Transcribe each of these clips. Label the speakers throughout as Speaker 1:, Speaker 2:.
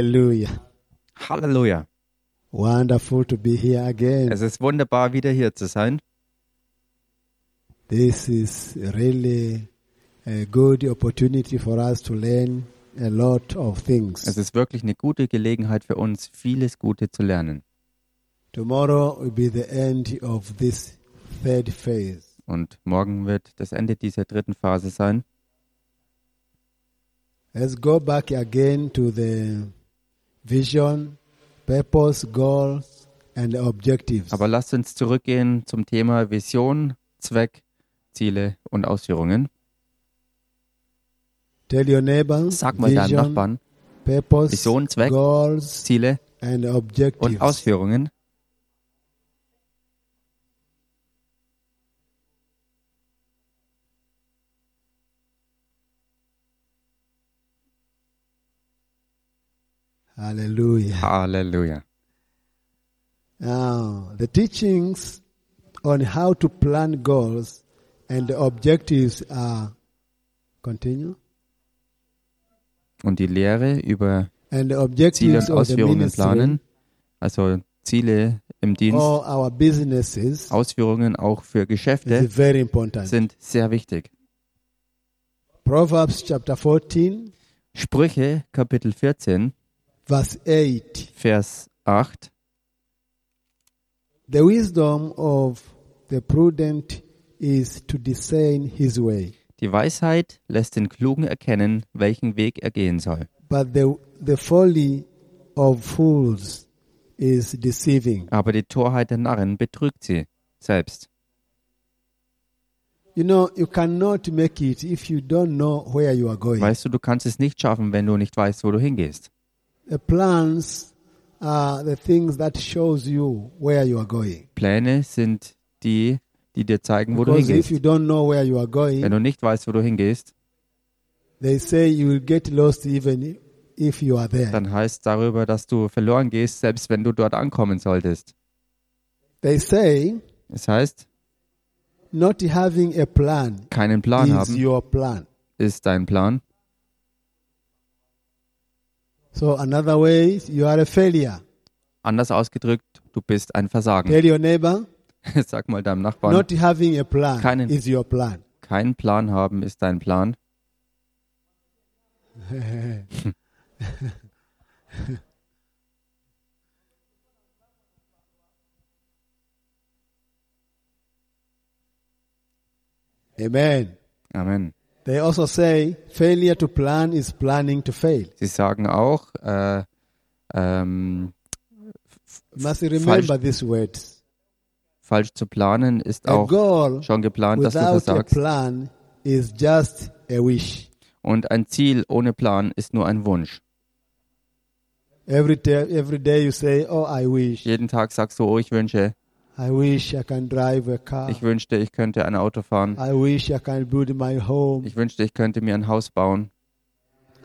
Speaker 1: Hallelujah.
Speaker 2: Halleluja.
Speaker 1: Wonderful to be here again.
Speaker 2: Es ist wunderbar, wieder hier zu sein.
Speaker 1: This is really a good opportunity for us to learn a lot of
Speaker 2: Es
Speaker 1: things.
Speaker 2: ist wirklich eine gute Gelegenheit für uns, vieles Gute zu lernen.
Speaker 1: Tomorrow will be the end of this third phase.
Speaker 2: Und morgen wird das Ende dieser dritten Phase sein.
Speaker 1: Let's go back again to the vision, purpose, goals, and objectives.
Speaker 2: Aber lasst uns zurückgehen zum Thema Vision, Zweck, Ziele und Ausführungen.
Speaker 1: Tell your neighbor,
Speaker 2: Sag mal deinem
Speaker 1: vision,
Speaker 2: Nachbarn
Speaker 1: purpose,
Speaker 2: Vision, Zweck,
Speaker 1: goals,
Speaker 2: Ziele
Speaker 1: and
Speaker 2: und
Speaker 1: objectives.
Speaker 2: Ausführungen.
Speaker 1: Hallelujah.
Speaker 2: Halleluja.
Speaker 1: Now, Ah, the teachings on how to plan goals and objectives are continue.
Speaker 2: Und die Lehre über
Speaker 1: And the
Speaker 2: Ziele
Speaker 1: objectives
Speaker 2: und
Speaker 1: of the
Speaker 2: Ausführungen
Speaker 1: ministry
Speaker 2: planen, also Ziele im Dienst,
Speaker 1: or our businesses
Speaker 2: Ausführungen auch für
Speaker 1: is
Speaker 2: Geschäfte
Speaker 1: very important.
Speaker 2: sind sehr wichtig.
Speaker 1: Proverbs chapter 14,
Speaker 2: Sprüche Kapitel 14,
Speaker 1: verse 8.
Speaker 2: Vers 8.
Speaker 1: The wisdom of the prudent is to discern his way,
Speaker 2: Die Weisheit lässt den Klugen erkennen, welchen Weg er gehen soll.
Speaker 1: but the, the folly of fools is deceiving.
Speaker 2: Aber die Torheit der Narren betrügt sie selbst.
Speaker 1: You know, you cannot make it if you don't know where you are going.
Speaker 2: Weißt du, du kannst es nicht schaffen, wenn du nicht weißt, wo du hingehst.
Speaker 1: The plans are the things that shows you where you are going.
Speaker 2: Pläne sind die, die dir zeigen, wo du
Speaker 1: Because if you
Speaker 2: hingehst.
Speaker 1: don't know where you are
Speaker 2: Wenn
Speaker 1: going,
Speaker 2: du nicht weißt, wo du hingehst,
Speaker 1: they say you will get lost even if you are there.
Speaker 2: dann heißt darüber, dass du verloren gehst, selbst wenn du dort ankommen solltest.
Speaker 1: They say
Speaker 2: Es heißt,
Speaker 1: not having a plan
Speaker 2: keinen Plan
Speaker 1: is
Speaker 2: haben
Speaker 1: your plan.
Speaker 2: ist dein Plan.
Speaker 1: So another way, you are a failure.
Speaker 2: Anders ausgedrückt, du bist ein Versagen.
Speaker 1: Tell your neighbor,
Speaker 2: Sag mal deinem Nachbarn,
Speaker 1: not having a plan
Speaker 2: Keinen.
Speaker 1: is your plan.
Speaker 2: keinen Plan haben ist dein Plan.
Speaker 1: Amen.
Speaker 2: Amen.
Speaker 1: They also say failure to plan is planning to fail.
Speaker 2: Sie sagen auch, äh, ähm,
Speaker 1: You must
Speaker 2: falsch,
Speaker 1: remember these words.
Speaker 2: falsch zu planen ist
Speaker 1: A
Speaker 2: auch
Speaker 1: goal
Speaker 2: schon geplant, dass du
Speaker 1: without a
Speaker 2: versagst.
Speaker 1: plan is just a wish.
Speaker 2: Und ein Ziel ohne Plan ist nur ein Wunsch.
Speaker 1: Every day, every day you say, "Oh, I wish,
Speaker 2: Jeden Tag sagst du, oh, ich wünsche,
Speaker 1: I wish I can drive a car.
Speaker 2: ich wünschte, ich könnte ein Auto fahren.
Speaker 1: I wish I can build my home.
Speaker 2: Ich wünschte, ich könnte mir ein Haus bauen.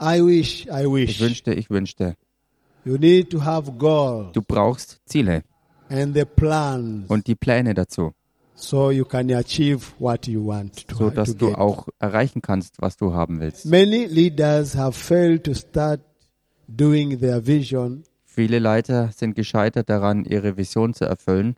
Speaker 1: I wish, I
Speaker 2: Ich
Speaker 1: wish."
Speaker 2: wünschte, ich wünschte.
Speaker 1: You need to have goals
Speaker 2: Du brauchst Ziele
Speaker 1: and the plans
Speaker 2: und die Pläne dazu,
Speaker 1: so you can achieve what you want to,
Speaker 2: so
Speaker 1: to
Speaker 2: dass du
Speaker 1: get.
Speaker 2: auch erreichen kannst, was du haben willst.
Speaker 1: Many leaders have failed to start doing their vision
Speaker 2: Viele Leiter sind gescheitert daran, ihre Vision zu erfüllen,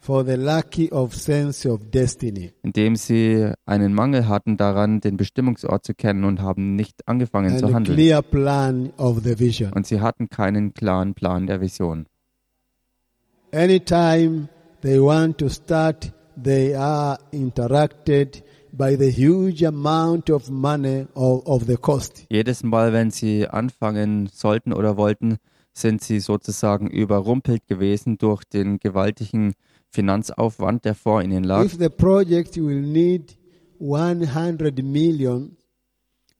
Speaker 1: for the lack of sense of destiny.
Speaker 2: indem sie einen Mangel hatten daran, den Bestimmungsort zu kennen und haben nicht angefangen
Speaker 1: and
Speaker 2: zu
Speaker 1: a
Speaker 2: handeln.
Speaker 1: clear plan of the vision.
Speaker 2: Und sie hatten keinen klaren Plan der Vision.
Speaker 1: Anytime they want to start, they are interrupted by the huge amount of money of, of the cost.
Speaker 2: Jedes Mal, wenn sie anfangen sollten oder wollten, sind sie sozusagen überrumpelt gewesen durch den gewaltigen Finanzaufwand, der vor ihnen lag.
Speaker 1: If the project will need 100 million,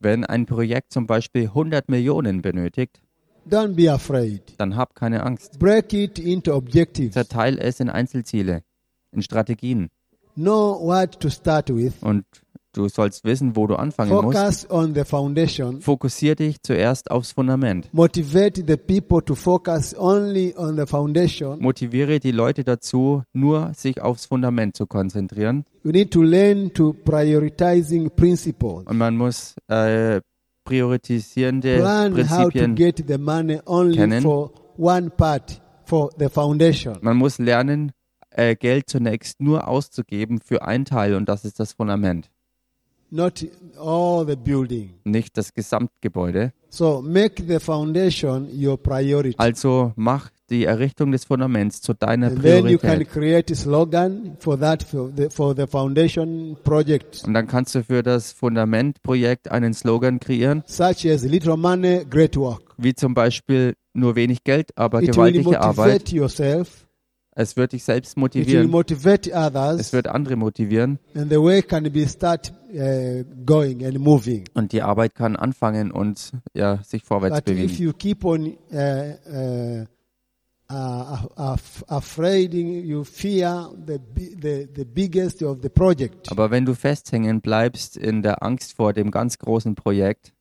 Speaker 2: Wenn ein Projekt zum Beispiel 100 Millionen benötigt,
Speaker 1: don't be afraid.
Speaker 2: dann hab keine Angst.
Speaker 1: Break it into objectives.
Speaker 2: Zerteil es in Einzelziele, in Strategien.
Speaker 1: Know what to start with.
Speaker 2: Und du sollst wissen, wo du anfangen musst.
Speaker 1: Focus on the foundation.
Speaker 2: Fokussier dich zuerst aufs Fundament.
Speaker 1: Motivate the people to focus only on the foundation.
Speaker 2: Motiviere die Leute dazu, nur sich aufs Fundament zu konzentrieren.
Speaker 1: You need to learn to prioritizing principles.
Speaker 2: Und man muss äh, priorisierende
Speaker 1: Plan how to
Speaker 2: Prinzipien.
Speaker 1: get the money only
Speaker 2: kennen.
Speaker 1: for one part, for the foundation.
Speaker 2: Man muss lernen, äh, Geld zunächst nur auszugeben für einen Teil und das ist das Fundament,
Speaker 1: Not all the building.
Speaker 2: nicht das Gesamtgebäude.
Speaker 1: So make the foundation your priority.
Speaker 2: Also mach die Errichtung des Fundaments zu deiner
Speaker 1: And then you can
Speaker 2: Priorität.
Speaker 1: create a slogan for that, for the, for the foundation project,
Speaker 2: Und dann kannst du für das Fundamentprojekt einen Slogan kreieren,
Speaker 1: such as little money, great work.
Speaker 2: wie zum Beispiel nur wenig Geld, aber
Speaker 1: It will
Speaker 2: gewaltige Arbeit.
Speaker 1: motivate yourself.
Speaker 2: Es wird dich selbst
Speaker 1: It will
Speaker 2: motivieren.
Speaker 1: motivate
Speaker 2: Es
Speaker 1: others.
Speaker 2: wird andere motivieren
Speaker 1: And the way can be start uh, going and moving.
Speaker 2: und die Arbeit kann anfangen und ja, sich vorwärts
Speaker 1: But if
Speaker 2: bewegen.
Speaker 1: you keep on uh, uh, uh, af- afraid, you fear the, bi- the, the biggest of the project.
Speaker 2: Aber wenn du festhängen bleibst in der Angst vor dem ganz großen Projekt,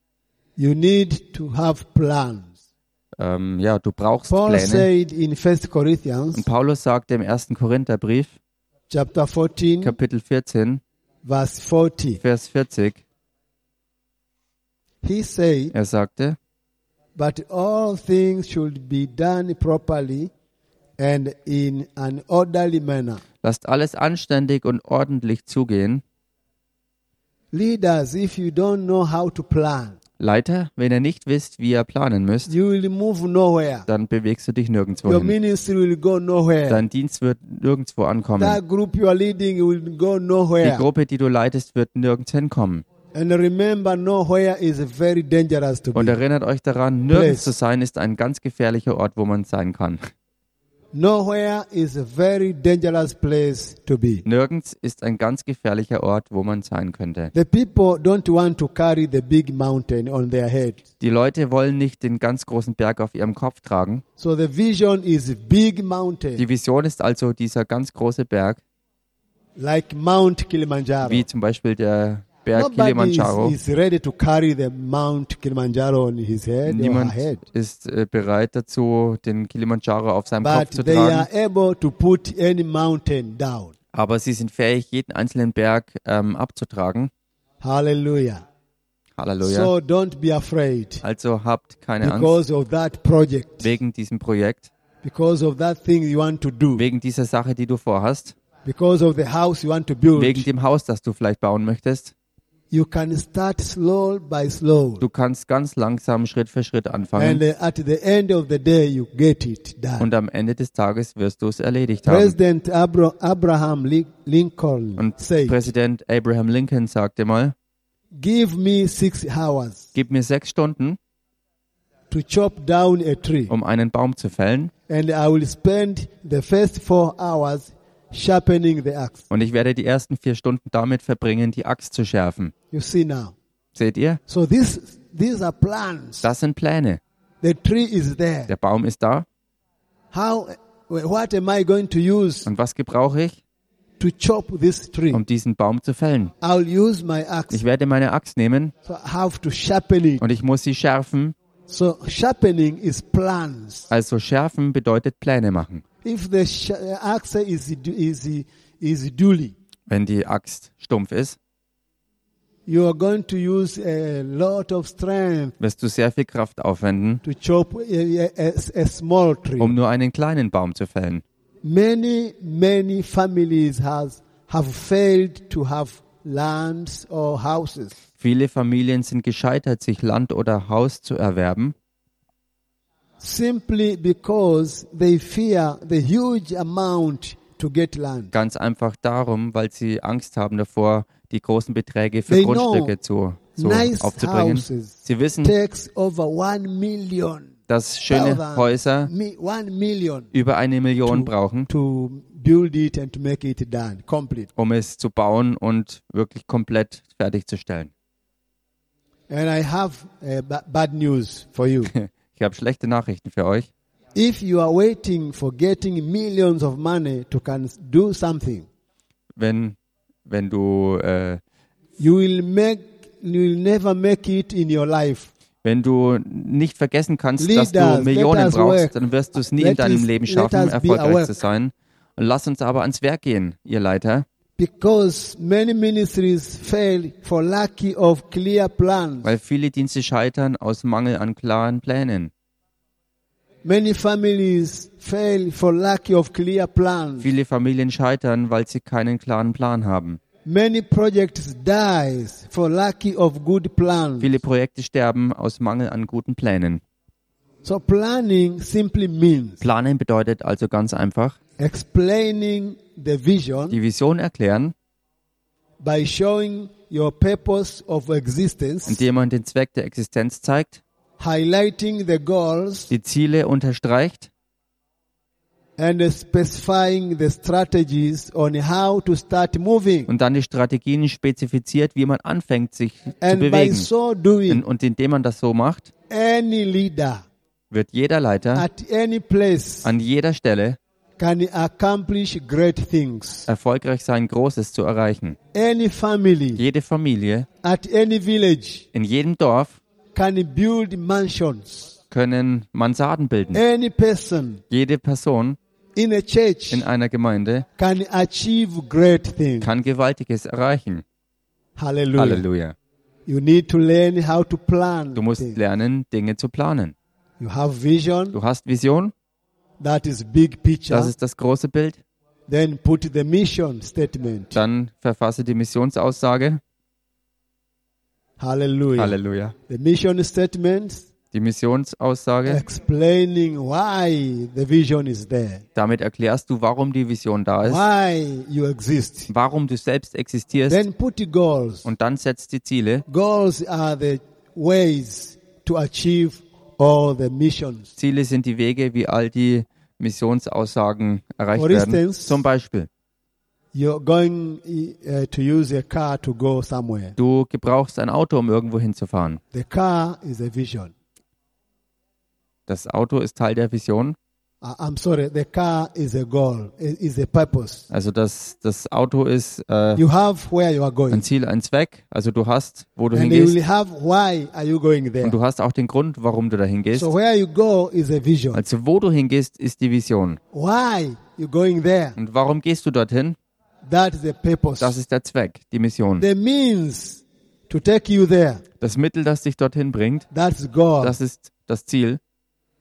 Speaker 1: You need to have plans.
Speaker 2: ähm, ja, du brauchst
Speaker 1: Paul
Speaker 2: Pläne.
Speaker 1: said in First Corinthians
Speaker 2: Und Paulus sagt im 1. Korintherbrief,
Speaker 1: chapter 14,
Speaker 2: Kapitel 14,
Speaker 1: verse 40,
Speaker 2: Vers 40,
Speaker 1: he said,
Speaker 2: er sagte,
Speaker 1: But all things should be done properly and in an orderly manner.
Speaker 2: Lasst alles anständig und ordentlich zugehen.
Speaker 1: Leaders, if you don't know how to plan,
Speaker 2: Leiter, wenn ihr nicht wisst, wie ihr planen müsst,
Speaker 1: you will move nowhere.
Speaker 2: dann bewegst du dich nirgendwo
Speaker 1: Your
Speaker 2: hin.
Speaker 1: ministry will go nowhere.
Speaker 2: Dein Dienst wird nirgendwo ankommen.
Speaker 1: That group you are leading will go
Speaker 2: Die
Speaker 1: nowhere.
Speaker 2: Gruppe, die du leitest, wird nirgends hinkommen.
Speaker 1: And remember, nowhere is very dangerous to
Speaker 2: Und
Speaker 1: be.
Speaker 2: erinnert euch daran,
Speaker 1: Place.
Speaker 2: nirgends zu sein ist ein ganz gefährlicher Ort, wo man sein kann.
Speaker 1: Nowhere is a very dangerous place to be.
Speaker 2: Nirgends ist ein ganz gefährlicher Ort, wo man sein könnte.
Speaker 1: The people don't want to carry the big mountain on their head.
Speaker 2: Die Leute wollen nicht den ganz großen Berg auf ihrem Kopf tragen.
Speaker 1: So the vision is big mountain,
Speaker 2: Die Vision ist also dieser ganz große Berg,
Speaker 1: like Mount Kilimanjaro.
Speaker 2: wie zum Beispiel der Berg
Speaker 1: Nobody
Speaker 2: Kilimanjaro.
Speaker 1: is, is ready to carry the Mount Kilimanjaro on his head or her
Speaker 2: Niemand
Speaker 1: head.
Speaker 2: ist äh, bereit dazu, den Kilimanjaro auf seinem
Speaker 1: But
Speaker 2: Kopf zu
Speaker 1: they are
Speaker 2: tragen.
Speaker 1: able to put any mountain down.
Speaker 2: Aber sie sind fähig, jeden einzelnen Berg ähm, abzutragen.
Speaker 1: Hallelujah.
Speaker 2: Halleluja.
Speaker 1: So don't be afraid
Speaker 2: Also habt keine Angst
Speaker 1: because of that project,
Speaker 2: wegen diesem Projekt,
Speaker 1: because of that thing you want to do,
Speaker 2: wegen dieser Sache, die du vorhast,
Speaker 1: because of the house you want to build.
Speaker 2: wegen dem Haus, das du vielleicht bauen möchtest.
Speaker 1: You can start slow by slow.
Speaker 2: Du kannst ganz langsam Schritt für Schritt
Speaker 1: And
Speaker 2: anfangen
Speaker 1: uh, at the end of the day, you get it done.
Speaker 2: und am Ende des Tages wirst du es erledigt haben.
Speaker 1: President Abra- Abraham Lin- Lincoln
Speaker 2: Und
Speaker 1: said,
Speaker 2: Präsident Abraham Lincoln sagte mal,
Speaker 1: Give me six hours
Speaker 2: gib mir sechs Stunden,
Speaker 1: to chop down a tree,
Speaker 2: um einen Baum zu fällen
Speaker 1: and I will spend the first four hours sharpening the axe.
Speaker 2: und ich werde die ersten vier Stunden damit verbringen, die Axt zu schärfen.
Speaker 1: You see now.
Speaker 2: Seht ihr?
Speaker 1: So this, these are plans.
Speaker 2: Das sind Pläne.
Speaker 1: The tree is there.
Speaker 2: Der Baum ist da.
Speaker 1: How, what am I going to use
Speaker 2: Und was gebrauche ich,
Speaker 1: to chop this tree?
Speaker 2: um diesen Baum zu fällen?
Speaker 1: I'll use my axe.
Speaker 2: Ich werde meine Axt nehmen
Speaker 1: So I have to sharpen it.
Speaker 2: und ich muss sie schärfen.
Speaker 1: So sharpening is plans.
Speaker 2: Also schärfen bedeutet Pläne machen.
Speaker 1: If the sh- axe is, is, is duly,
Speaker 2: Wenn die Axt stumpf ist,
Speaker 1: you are going to use a lot of strength
Speaker 2: wirst du sehr viel Kraft aufwenden,
Speaker 1: to chop a, a- a- a small tree.
Speaker 2: um nur einen kleinen Baum zu fällen.
Speaker 1: many, many families has, have failed to have lands or houses.
Speaker 2: Viele Familien sind gescheitert, sich Land oder Haus zu erwerben,
Speaker 1: simply because they fear the huge amount to get land.
Speaker 2: ganz einfach darum, weil sie Angst haben davor, die großen Beträge für
Speaker 1: They
Speaker 2: Grundstücke zu, zu
Speaker 1: nice
Speaker 2: aufzubringen.
Speaker 1: houses
Speaker 2: Sie wissen,
Speaker 1: takes over one million,
Speaker 2: dass schöne
Speaker 1: thousand,
Speaker 2: Häuser
Speaker 1: mi- one million
Speaker 2: über eine Million brauchen,
Speaker 1: to build it and to make it done, complete.
Speaker 2: um es zu bauen und wirklich komplett fertigzustellen.
Speaker 1: And I have uh, ba- bad news for you.
Speaker 2: Ich habe schlechte Nachrichten für euch.
Speaker 1: if you are waiting for getting millions of money to can do something,
Speaker 2: Wenn, wenn du, äh,
Speaker 1: you will make you will never make it in your life.
Speaker 2: wenn du nicht vergessen kannst,
Speaker 1: Leaders,
Speaker 2: dass du
Speaker 1: let
Speaker 2: Millionen
Speaker 1: us
Speaker 2: brauchst,
Speaker 1: work.
Speaker 2: dann wirst du es nie
Speaker 1: Let
Speaker 2: in deinem
Speaker 1: us-
Speaker 2: Leben
Speaker 1: let
Speaker 2: schaffen,
Speaker 1: us be
Speaker 2: erfolgreich
Speaker 1: aware.
Speaker 2: zu sein. Und lass uns aber ans Werk gehen, ihr Leiter.
Speaker 1: because many ministries fail for lack of clear plans.
Speaker 2: weil viele Dienste scheitern aus Mangel an klaren Plänen.
Speaker 1: Many families fail for lack of clear plans.
Speaker 2: Viele Familien scheitern, weil sie keinen klaren Plan haben.
Speaker 1: Many projects dies for lack of good plans.
Speaker 2: Viele Projekte sterben aus Mangel an guten Plänen.
Speaker 1: So planning simply means
Speaker 2: Planen bedeutet also ganz einfach,
Speaker 1: explaining the vision
Speaker 2: die Vision erklären,
Speaker 1: by showing your purpose of existence,
Speaker 2: indem man den Zweck der Existenz zeigt,
Speaker 1: highlighting the goals
Speaker 2: die Ziele unterstreicht
Speaker 1: and specifying the strategies on how to start moving.
Speaker 2: und dann die Strategien spezifiziert, wie man anfängt, sich zu
Speaker 1: And by
Speaker 2: bewegen.
Speaker 1: so
Speaker 2: Und
Speaker 1: doing,
Speaker 2: und indem man das so macht,
Speaker 1: any leader
Speaker 2: wird jeder Leiter
Speaker 1: at any place
Speaker 2: an jeder Stelle
Speaker 1: can accomplish great things.
Speaker 2: erfolgreich sein Großes zu erreichen.
Speaker 1: Any family
Speaker 2: Jede Familie
Speaker 1: at any village
Speaker 2: in jedem Dorf
Speaker 1: can build mansions.
Speaker 2: können Mansarden bilden.
Speaker 1: Any person
Speaker 2: Jede Person
Speaker 1: in a church
Speaker 2: in einer Gemeinde
Speaker 1: can achieve great things.
Speaker 2: kann Gewaltiges erreichen.
Speaker 1: Hallelujah.
Speaker 2: Halleluja.
Speaker 1: You need to learn how to plan.
Speaker 2: Du musst
Speaker 1: things.
Speaker 2: lernen, Dinge zu planen.
Speaker 1: You have vision,
Speaker 2: Du hast Vision,
Speaker 1: that is big picture.
Speaker 2: das ist das große Bild.
Speaker 1: then put the mission statement.
Speaker 2: Dann verfasse die Missionsaussage.
Speaker 1: Hallelujah.
Speaker 2: Halleluja.
Speaker 1: The mission statement
Speaker 2: Die Missionsaussage.
Speaker 1: explaining why the vision is there,
Speaker 2: Damit erklärst du, warum die Vision da ist,
Speaker 1: why you exist.
Speaker 2: warum du selbst existierst
Speaker 1: Then put goals.
Speaker 2: und dann setzt die Ziele.
Speaker 1: Goals are the ways to achieve all the missions.
Speaker 2: Ziele sind die Wege, wie all die Missionsaussagen erreicht
Speaker 1: For
Speaker 2: werden.
Speaker 1: instance-
Speaker 2: Zum Beispiel,
Speaker 1: You're going uh, to use a car to go somewhere.
Speaker 2: du gebrauchst ein Auto, um irgendwo hinzufahren.
Speaker 1: The car is a vision.
Speaker 2: Das Auto ist Teil der Vision.
Speaker 1: I- Uh, I'm sorry, the car is a goal, i- is a purpose.
Speaker 2: Also das, das Auto ist äh,
Speaker 1: You have where you are
Speaker 2: ein
Speaker 1: going,
Speaker 2: Ziel, ein Zweck. Also du hast, wo du
Speaker 1: and you
Speaker 2: hingehst.
Speaker 1: will have why are you going there.
Speaker 2: Und du hast auch den Grund, warum du dahin gehst.
Speaker 1: So where you go is a vision.
Speaker 2: Also wo du hingehst, ist die Vision.
Speaker 1: Why you going there?
Speaker 2: Und warum gehst du dorthin?
Speaker 1: That is the purpose.
Speaker 2: Das ist der Zweck, die Mission.
Speaker 1: the means to take you there.
Speaker 2: Das Mittel, das dich dorthin bringt,
Speaker 1: That's God.
Speaker 2: das ist das Ziel.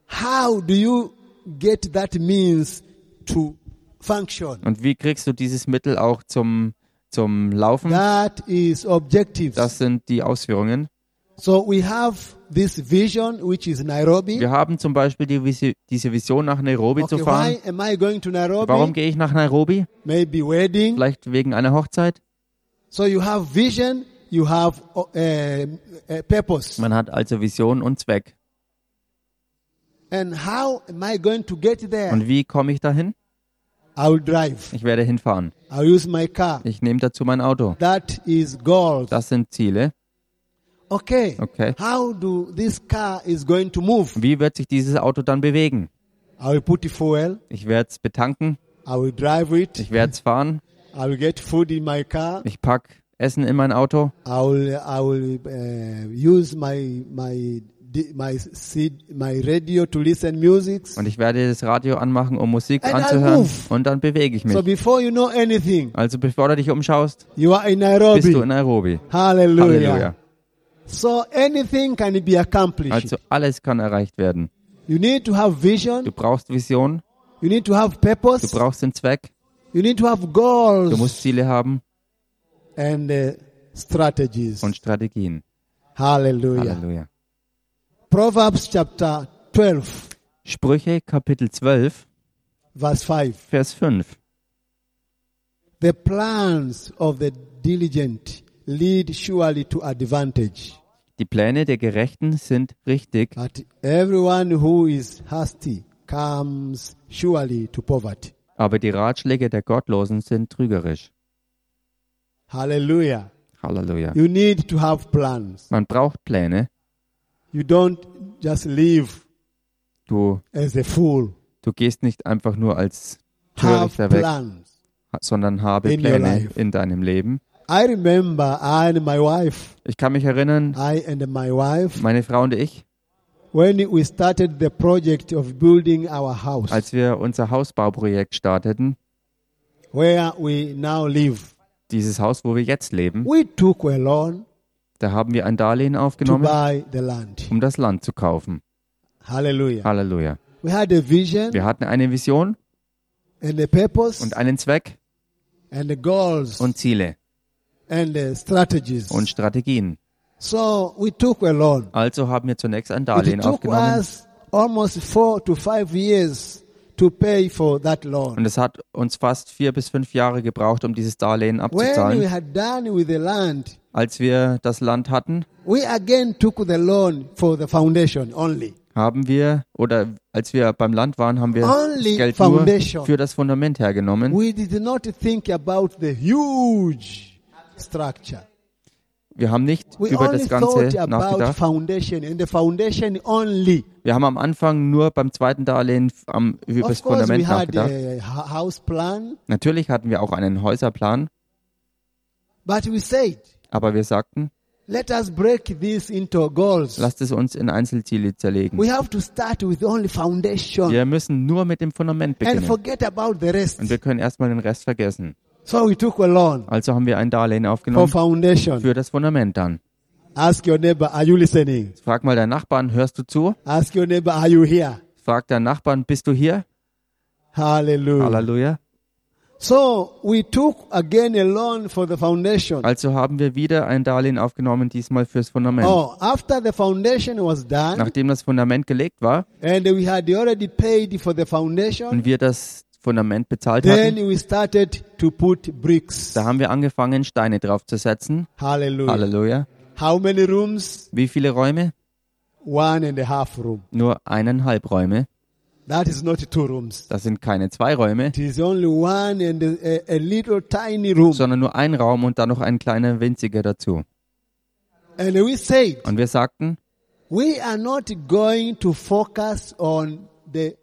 Speaker 1: How do you get that means to function?
Speaker 2: Und wie kriegst du dieses Mittel auch zum, zum Laufen?
Speaker 1: That is objectives.
Speaker 2: Das sind die Ausführungen.
Speaker 1: so we have this vision, which is Nairobi.
Speaker 2: Wir haben zum Beispiel die Visi diese Vision, nach Nairobi zu
Speaker 1: okay,
Speaker 2: fahren.
Speaker 1: why am I going to Nairobi?
Speaker 2: Warum gehe ich nach Nairobi?
Speaker 1: Maybe wedding.
Speaker 2: Vielleicht wegen einer Hochzeit?
Speaker 1: So you have vision, you have uh, a purpose.
Speaker 2: Man hat also Vision und Zweck.
Speaker 1: And how am I going to get there?
Speaker 2: Und wie komme ich dahin?
Speaker 1: I will drive.
Speaker 2: Ich werde hinfahren.
Speaker 1: I'll use my car.
Speaker 2: Ich nehme dazu mein Auto.
Speaker 1: That is goals.
Speaker 2: Das sind Ziele.
Speaker 1: Okay.
Speaker 2: Okay.
Speaker 1: How do this car is going to move?
Speaker 2: Wie wird sich dieses Auto dann bewegen?
Speaker 1: I will put fuel.
Speaker 2: Ich werde es betanken,
Speaker 1: I will drive it.
Speaker 2: ich werde es fahren,
Speaker 1: I will get food in my car.
Speaker 2: ich pack Essen in mein Auto,
Speaker 1: I will I will uh, use my my di- my seed, my radio to listen music.
Speaker 2: Und ich werde das Radio anmachen, um Musik
Speaker 1: And I
Speaker 2: anzuhören.
Speaker 1: move.
Speaker 2: Und dann bewege ich mich.
Speaker 1: So before you know anything,
Speaker 2: also bevor du dich umschaust,
Speaker 1: you are in
Speaker 2: bist
Speaker 1: Nairobi.
Speaker 2: du in Nairobi.
Speaker 1: Hallelujah.
Speaker 2: Halleluja.
Speaker 1: So anything can be accomplished.
Speaker 2: Also alles kann erreicht werden.
Speaker 1: you need to have vision.
Speaker 2: Du brauchst Vision,
Speaker 1: You need to have
Speaker 2: du
Speaker 1: purpose.
Speaker 2: brauchst den Zweck,
Speaker 1: You need to have
Speaker 2: du
Speaker 1: goals
Speaker 2: musst Ziele haben
Speaker 1: and uh, strategies.
Speaker 2: und Strategien.
Speaker 1: Hallelujah.
Speaker 2: Halleluja.
Speaker 1: Proverbs chapter 12,
Speaker 2: Sprüche Kapitel 12,
Speaker 1: verse 5.
Speaker 2: Vers 5.
Speaker 1: The plans of the diligent lead surely to advantage,
Speaker 2: Die Pläne der Gerechten sind richtig,
Speaker 1: but everyone who is hasty comes surely to poverty.
Speaker 2: aber die Ratschläge der Gottlosen sind trügerisch.
Speaker 1: Hallelujah.
Speaker 2: Halleluja.
Speaker 1: You need to have plans.
Speaker 2: Man braucht Pläne.
Speaker 1: You don't just live
Speaker 2: Du,
Speaker 1: as a fool.
Speaker 2: du gehst nicht einfach nur als
Speaker 1: Have
Speaker 2: Törichter weg,
Speaker 1: plans.
Speaker 2: sondern habe
Speaker 1: In your
Speaker 2: Pläne
Speaker 1: life.
Speaker 2: in deinem Leben.
Speaker 1: I remember I and my wife,
Speaker 2: Ich kann mich erinnern,
Speaker 1: I and my wife,
Speaker 2: meine Frau und ich,
Speaker 1: when we started the project of building our house,
Speaker 2: als wir unser Hausbauprojekt starteten,
Speaker 1: where we now live.
Speaker 2: dieses Haus, wo wir jetzt leben,
Speaker 1: We took a loan
Speaker 2: da haben wir ein Darlehen
Speaker 1: to
Speaker 2: aufgenommen,
Speaker 1: buy the land.
Speaker 2: um das Land zu kaufen.
Speaker 1: Hallelujah.
Speaker 2: Halleluja.
Speaker 1: We had a vision
Speaker 2: Wir hatten eine Vision
Speaker 1: and a purpose
Speaker 2: und einen Zweck
Speaker 1: and the goals
Speaker 2: und Ziele
Speaker 1: and the strategies.
Speaker 2: und Strategien.
Speaker 1: So we took a loan.
Speaker 2: Also haben wir zunächst ein
Speaker 1: It
Speaker 2: Darlehen
Speaker 1: took
Speaker 2: aufgenommen
Speaker 1: us almost four to five years to pay for that
Speaker 2: und
Speaker 1: loan.
Speaker 2: es hat uns fast vier bis fünf Jahre gebraucht, um dieses Darlehen
Speaker 1: When we
Speaker 2: abzuzahlen.
Speaker 1: had done with the land,
Speaker 2: Als wir das Land hatten,
Speaker 1: we again took the loan for the foundation only.
Speaker 2: haben wir, oder als wir beim Land waren, haben wir
Speaker 1: Only
Speaker 2: das Geld nur
Speaker 1: foundation.
Speaker 2: für das Fundament hergenommen.
Speaker 1: We did not think about the huge structure.
Speaker 2: Wir haben nicht
Speaker 1: We
Speaker 2: über
Speaker 1: only
Speaker 2: das Ganze
Speaker 1: thought about
Speaker 2: nachgedacht.
Speaker 1: foundation and the foundation only.
Speaker 2: Wir haben am Anfang nur beim zweiten Darlehen am, über das
Speaker 1: Of course, we
Speaker 2: Fundament
Speaker 1: had
Speaker 2: nachgedacht.
Speaker 1: a ha- house plan,
Speaker 2: Natürlich hatten wir auch einen Häuserplan,
Speaker 1: but we said,
Speaker 2: aber wir sagten,
Speaker 1: let us break this into goals.
Speaker 2: lasst es uns in Einzelziele zerlegen.
Speaker 1: We have to start with only foundation
Speaker 2: Wir müssen nur mit dem Fundament
Speaker 1: and
Speaker 2: beginnen.
Speaker 1: forget about the rest.
Speaker 2: Und wir können erstmal den Rest vergessen.
Speaker 1: So we took a loan
Speaker 2: Also haben wir ein Darlehen
Speaker 1: for
Speaker 2: aufgenommen
Speaker 1: foundation.
Speaker 2: für das Fundament dann.
Speaker 1: Ask your neighbor, are you listening?
Speaker 2: Frag mal deinen Nachbarn, hörst du zu?
Speaker 1: Ask your neighbor, are you here?
Speaker 2: Frag deinen Nachbarn, bist du hier?
Speaker 1: Hallelujah.
Speaker 2: Halleluja.
Speaker 1: So we took again a loan for the foundation.
Speaker 2: Also haben wir wieder ein Darlehen aufgenommen, diesmal fürs Fundament.
Speaker 1: Oh, after the foundation was done
Speaker 2: Nachdem das Fundament gelegt war
Speaker 1: and we had already paid for the foundation,
Speaker 2: und wir das Fundament bezahlt hatten,
Speaker 1: then we started to put bricks.
Speaker 2: da haben wir angefangen, Steine draufzusetzen.
Speaker 1: Hallelujah.
Speaker 2: Halleluja.
Speaker 1: How many rooms?
Speaker 2: Wie viele Räume?
Speaker 1: One and a half room.
Speaker 2: Nur eineinhalb Räume.
Speaker 1: That is not two rooms.
Speaker 2: Das sind keine zwei Räume,
Speaker 1: It is only one and a, a, a little tiny room.
Speaker 2: sondern nur ein Raum und dann noch ein kleiner winziger dazu.
Speaker 1: And we said,
Speaker 2: Und wir sagten,
Speaker 1: we are not going to focus on the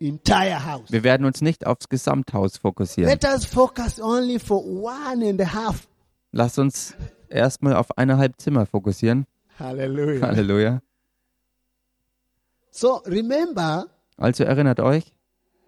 Speaker 1: entire house.
Speaker 2: wir werden uns nicht aufs Gesamthaus fokussieren.
Speaker 1: Let us focus only for one and a half.
Speaker 2: Lasst uns erstmal auf eineinhalb Zimmer fokussieren.
Speaker 1: Hallelujah.
Speaker 2: Halleluja.
Speaker 1: So remember,
Speaker 2: Also erinnert euch,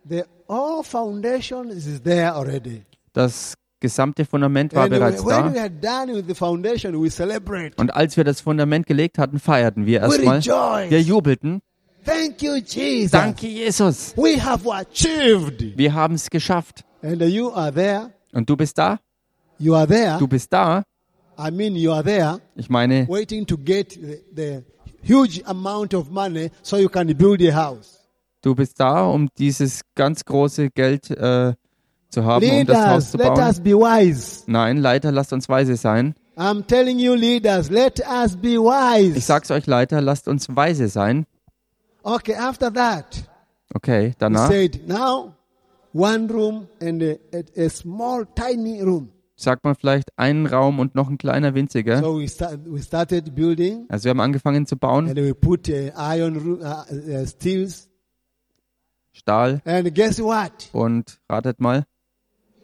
Speaker 1: the all foundation is there already.
Speaker 2: das gesamte Fundament war
Speaker 1: And we-
Speaker 2: bereits
Speaker 1: when
Speaker 2: da.
Speaker 1: we are done with the foundation, we celebrate.
Speaker 2: Und als wir das Fundament gelegt hatten, feierten wir
Speaker 1: We
Speaker 2: erstmal. Wir
Speaker 1: rejoice.
Speaker 2: jubelten.
Speaker 1: Thank you, Jesus.
Speaker 2: Danke, Jesus.
Speaker 1: We have achieved.
Speaker 2: Wir haben es geschafft.
Speaker 1: And you are there.
Speaker 2: Und du bist da?
Speaker 1: You are there.
Speaker 2: Du bist da?
Speaker 1: I mean, you are there
Speaker 2: Ich meine,
Speaker 1: waiting to get the, the huge amount of money so you can build a house.
Speaker 2: du bist da, um dieses ganz große Geld äh, zu haben, um das Haus
Speaker 1: Leaders,
Speaker 2: zu
Speaker 1: let
Speaker 2: bauen.
Speaker 1: us be wise.
Speaker 2: Nein, Leiter, lasst uns weise sein.
Speaker 1: I'm telling you, leaders, let us be wise.
Speaker 2: Ich sag's euch, Leiter, lasst uns weise sein.
Speaker 1: Okay, after that,
Speaker 2: Okay,
Speaker 1: he
Speaker 2: danach
Speaker 1: said, now one room and a, a, a small, tiny room.
Speaker 2: sagt man vielleicht einen Raum und noch ein kleiner winziger.
Speaker 1: So we, start, we started building
Speaker 2: Also wir haben angefangen zu bauen.
Speaker 1: and we put uh, iron roo- uh, uh, steels.
Speaker 2: Stahl.
Speaker 1: And guess what?
Speaker 2: Und ratet mal,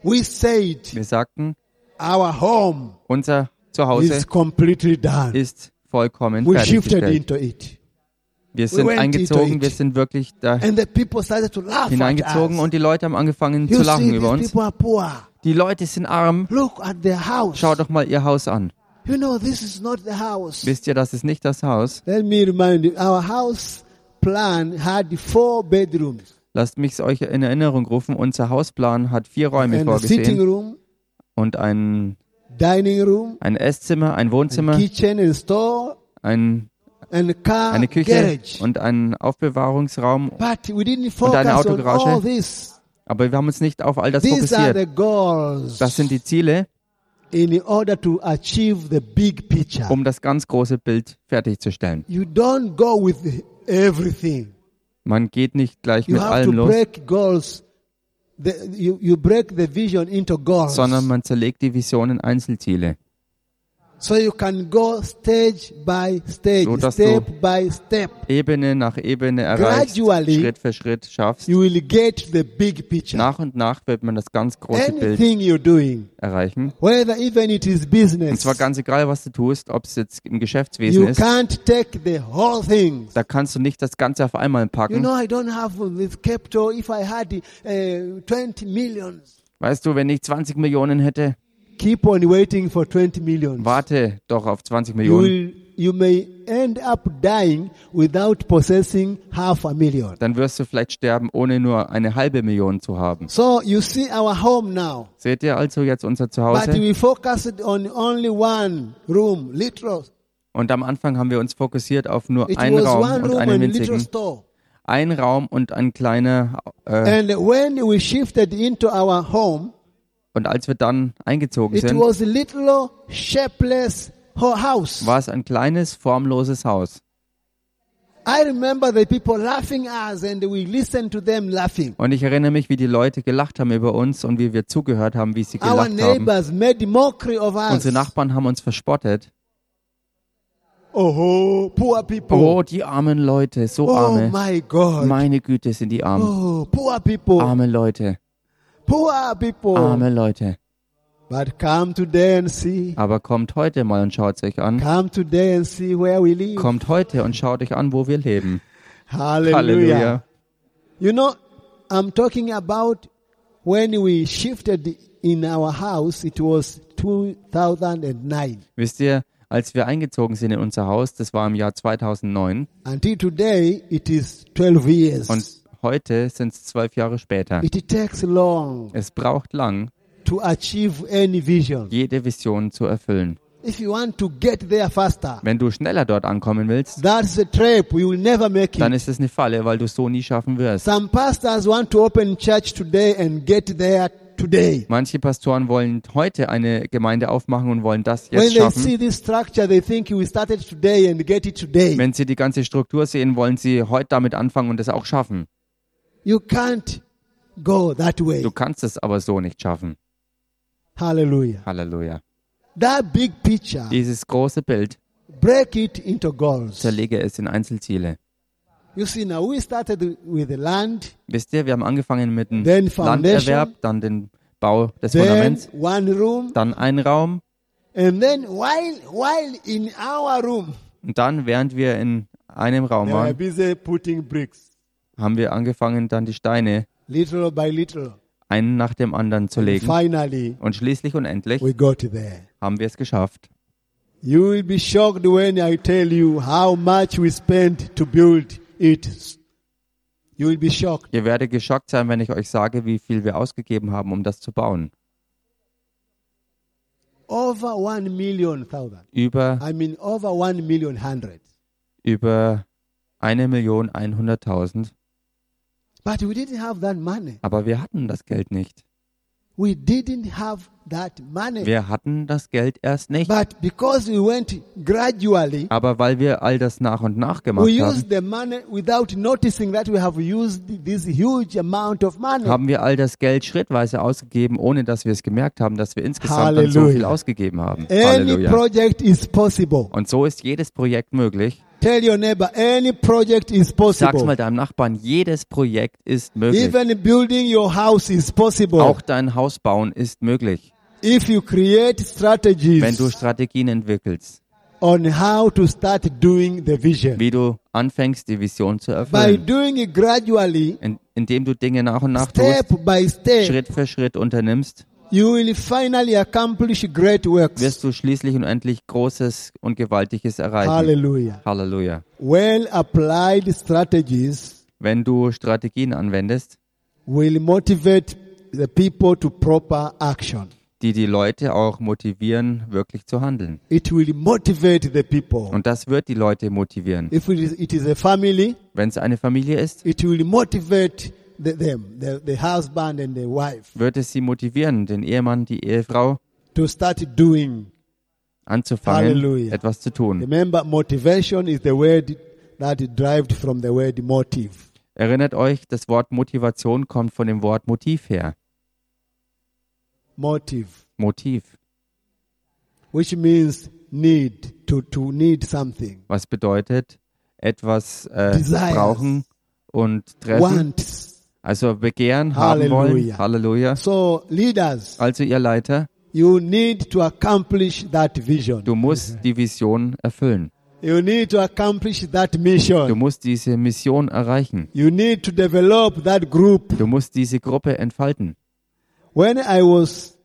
Speaker 1: We said
Speaker 2: wir sagten,
Speaker 1: our home
Speaker 2: unser Zuhause
Speaker 1: is completely done.
Speaker 2: ist vollkommen
Speaker 1: We shifted into
Speaker 2: fertiggestellt.
Speaker 1: it.
Speaker 2: Wir sind
Speaker 1: went into
Speaker 2: eingezogen,
Speaker 1: it.
Speaker 2: wir sind wirklich da
Speaker 1: And the people started to laugh at
Speaker 2: hineingezogen
Speaker 1: us.
Speaker 2: und die Leute haben angefangen zu
Speaker 1: You
Speaker 2: lachen
Speaker 1: see,
Speaker 2: über
Speaker 1: these
Speaker 2: uns.
Speaker 1: people are poor.
Speaker 2: Die Leute sind arm.
Speaker 1: Look at their house.
Speaker 2: Schaut doch mal ihr Haus an.
Speaker 1: You know, this is not the house.
Speaker 2: Wisst ihr, das ist nicht das Haus.
Speaker 1: Let me remind you, our house plan had four bedrooms
Speaker 2: Lasst mich's euch in Erinnerung rufen. Unser Hausplan hat vier Räume
Speaker 1: and a sitting
Speaker 2: vorgesehen
Speaker 1: room,
Speaker 2: und ein,
Speaker 1: dining room,
Speaker 2: ein Esszimmer, ein Wohnzimmer,
Speaker 1: kitchen and store,
Speaker 2: ein,
Speaker 1: and car
Speaker 2: eine Küche
Speaker 1: Ah, garage.
Speaker 2: und einen Aufbewahrungsraum.
Speaker 1: But we didn't
Speaker 2: eine
Speaker 1: focus on
Speaker 2: Autogarage.
Speaker 1: all this.
Speaker 2: Aber wir haben uns nicht auf all das
Speaker 1: These are
Speaker 2: fokussiert.
Speaker 1: the goals
Speaker 2: Das sind die Ziele,
Speaker 1: in order to achieve the big picture.
Speaker 2: um das ganz große Bild fertigzustellen.
Speaker 1: You don't go with everything.
Speaker 2: Man geht nicht gleich
Speaker 1: You
Speaker 2: mit
Speaker 1: have to
Speaker 2: allem los,
Speaker 1: break goals. The, you, you break the vision into goals.
Speaker 2: sondern man zerlegt die Vision in Einzelziele,
Speaker 1: so you can go stage by stage,
Speaker 2: So dass
Speaker 1: step
Speaker 2: du-
Speaker 1: by step.
Speaker 2: Ebene nach Ebene erreichst,
Speaker 1: Gradually
Speaker 2: Schritt für Schritt schaffst.
Speaker 1: You will get the big picture.
Speaker 2: Nach und nach wird man das ganz große Bild
Speaker 1: Anything you're doing,
Speaker 2: erreichen.
Speaker 1: whether even it is
Speaker 2: Und
Speaker 1: business,
Speaker 2: zwar ganz egal, was du tust, ob es jetzt im Geschäftswesen
Speaker 1: you
Speaker 2: ist,
Speaker 1: can't take the whole thing.
Speaker 2: da kannst du nicht das Ganze auf einmal
Speaker 1: You
Speaker 2: packen.
Speaker 1: know, I don't have this capital. If I had uh, 20 million,
Speaker 2: Weißt du, wenn ich 20 Millionen hätte,
Speaker 1: keep on waiting for 20 million.
Speaker 2: Warte doch auf 20
Speaker 1: You
Speaker 2: Millionen.
Speaker 1: will, you may end up dying without possessing half a million.
Speaker 2: Dann wirst du vielleicht sterben, ohne nur eine halbe Million zu haben.
Speaker 1: So you see our home now,
Speaker 2: Seht ihr also jetzt unser
Speaker 1: but
Speaker 2: Zuhause?
Speaker 1: we focused on only one room, little.
Speaker 2: Und am Anfang haben wir uns fokussiert auf nur
Speaker 1: It
Speaker 2: einen
Speaker 1: was
Speaker 2: Raum
Speaker 1: one
Speaker 2: und
Speaker 1: room
Speaker 2: einen
Speaker 1: and little
Speaker 2: winzigen.
Speaker 1: store.
Speaker 2: Ein Raum und ein kleiner. Äh,
Speaker 1: And when we shifted into our home,
Speaker 2: und als wir dann eingezogen
Speaker 1: it
Speaker 2: sind,
Speaker 1: was a little shapeless ho- house.
Speaker 2: war es ein kleines, formloses Haus.
Speaker 1: I remember the people laughing us and we listened to them laughing.
Speaker 2: Und ich erinnere mich, wie die Leute gelacht haben über uns und wie wir zugehört haben, wie sie
Speaker 1: Our
Speaker 2: gelacht haben.
Speaker 1: neighbors made mockery of us.
Speaker 2: Unsere Nachbarn haben uns verspottet.
Speaker 1: Oh, poor people.
Speaker 2: Oh, die armen Leute, so
Speaker 1: Oh
Speaker 2: arme.
Speaker 1: my God.
Speaker 2: Meine Güte, sind die arm.
Speaker 1: Oh, Oh. poor people.
Speaker 2: Arme Leute,
Speaker 1: Poor people.
Speaker 2: arme Leute.
Speaker 1: But come today and see.
Speaker 2: Aber kommt heute mal und schaut euch an.
Speaker 1: Come today and see where we live.
Speaker 2: Kommt heute und schaut euch an, wo wir leben.
Speaker 1: Hallelujah.
Speaker 2: Halleluja.
Speaker 1: You know, I'm talking about when we shifted in our house, it was 2009.
Speaker 2: Wisst ihr, als wir eingezogen sind in unser Haus, das war im Jahr 2009,
Speaker 1: Until today, it is 12 years.
Speaker 2: und heute sind es zwölf Jahre später.
Speaker 1: It takes long
Speaker 2: Es braucht lang,
Speaker 1: to achieve any vision.
Speaker 2: jede Vision zu erfüllen.
Speaker 1: If you want to get there faster,
Speaker 2: Wenn du schneller dort ankommen willst,
Speaker 1: that's a trap. You will never make
Speaker 2: dann
Speaker 1: it.
Speaker 2: ist es eine Falle, weil du es so nie schaffen wirst.
Speaker 1: Some pastors want to open church today and get there today.
Speaker 2: Manche Pastoren wollen heute eine Gemeinde aufmachen und wollen das
Speaker 1: When
Speaker 2: jetzt
Speaker 1: they
Speaker 2: schaffen.
Speaker 1: see this structure, they think we started today and get it today.
Speaker 2: Wenn sie die ganze Struktur sehen, wollen sie heute damit anfangen und es auch schaffen.
Speaker 1: You can't go that way.
Speaker 2: Du kannst es aber so nicht schaffen.
Speaker 1: Hallelujah.
Speaker 2: Halleluja.
Speaker 1: That big picture,
Speaker 2: Dieses große Bild,
Speaker 1: break it into goals.
Speaker 2: zerlege es in Einzelziele.
Speaker 1: You see, now we started with the land,
Speaker 2: Wisst ihr, wir haben angefangen mit dem
Speaker 1: Then Foundation.
Speaker 2: Landerwerb, dann den Bau des
Speaker 1: then
Speaker 2: Fundaments,
Speaker 1: one room,
Speaker 2: dann ein Raum
Speaker 1: and then while while in our room,
Speaker 2: und dann, während wir in einem Raum
Speaker 1: they were
Speaker 2: waren,
Speaker 1: busy putting bricks,
Speaker 2: haben wir angefangen, dann die Steine
Speaker 1: little by little.
Speaker 2: einen nach dem anderen zu legen.
Speaker 1: Finally,
Speaker 2: Und schließlich und endlich
Speaker 1: we got there.
Speaker 2: haben wir es geschafft.
Speaker 1: You will be shocked when I tell you how much we spent to build it. You will be shocked.
Speaker 2: Ihr werdet geschockt sein, wenn ich euch sage, wie viel wir ausgegeben haben, um das zu bauen.
Speaker 1: Over one million thousand.
Speaker 2: Über,
Speaker 1: I mean, over one million hundred.
Speaker 2: über 1.100.000.
Speaker 1: But we didn't have that money.
Speaker 2: Aber wir hatten das Geld nicht.
Speaker 1: We didn't have that money.
Speaker 2: Wir hatten das Geld erst nicht.
Speaker 1: But because we went gradually,
Speaker 2: Aber weil wir all das nach und nach gemacht
Speaker 1: we
Speaker 2: haben,
Speaker 1: used the money without noticing that we have used this huge amount of money.
Speaker 2: haben wir all das Geld schrittweise ausgegeben, ohne dass wir es gemerkt haben, dass wir insgesamt dann so
Speaker 1: Halleluja.
Speaker 2: viel ausgegeben haben.
Speaker 1: Any
Speaker 2: Halleluja.
Speaker 1: project is possible.
Speaker 2: Und so ist jedes Projekt möglich.
Speaker 1: Tell your neighbor, any project is
Speaker 2: Sag's
Speaker 1: possible.
Speaker 2: mal deinem Nachbarn, jedes Projekt ist möglich.
Speaker 1: Even building your house is possible.
Speaker 2: Auch dein Haus bauen ist möglich,
Speaker 1: if you create
Speaker 2: wenn du
Speaker 1: strategies
Speaker 2: Strategien entwickelst,
Speaker 1: on how to start doing the vision.
Speaker 2: wie du anfängst, die Vision zu
Speaker 1: By
Speaker 2: erfüllen,
Speaker 1: doing it gradually,
Speaker 2: in, indem du Dinge nach und nach tust,
Speaker 1: step by step,
Speaker 2: Schritt für Schritt unternimmst,
Speaker 1: you will finally accomplish great works.
Speaker 2: wirst du schließlich und endlich Großes und Gewaltiges erreichen.
Speaker 1: Hallelujah.
Speaker 2: Halleluja.
Speaker 1: Well applied strategies
Speaker 2: Wenn du Strategien anwendest,
Speaker 1: will motivate the people to proper action.
Speaker 2: die die Leute auch motivieren, wirklich zu handeln.
Speaker 1: It will motivate the people.
Speaker 2: Und das wird die Leute motivieren.
Speaker 1: If it is, it is a family,
Speaker 2: Wenn es eine Familie ist,
Speaker 1: it will motivate the, them, the, the husband and the wife,
Speaker 2: wird es sie motivieren, den Ehemann, die Ehefrau
Speaker 1: to start doing.
Speaker 2: anzufangen,
Speaker 1: Halleluja.
Speaker 2: etwas zu tun.
Speaker 1: Remember, motivation is the word that is derived from the word motive.
Speaker 2: Erinnert euch, das Wort Motivation kommt von dem Wort Motiv her.
Speaker 1: Motive,
Speaker 2: Motiv,
Speaker 1: which means need, to, to need something,
Speaker 2: was bedeutet etwas äh,
Speaker 1: Desires.
Speaker 2: brauchen und treffen,
Speaker 1: wants.
Speaker 2: also begehren, haben wollen.
Speaker 1: Halleluja.
Speaker 2: Halleluja.
Speaker 1: So, leaders,
Speaker 2: Also ihr Leiter,
Speaker 1: You need to accomplish that vision.
Speaker 2: du musst die Vision erfüllen.
Speaker 1: You need to accomplish that
Speaker 2: Du
Speaker 1: mission.
Speaker 2: musst diese Mission erreichen.
Speaker 1: You need to develop that group.
Speaker 2: Du musst diese Gruppe entfalten.
Speaker 1: When I was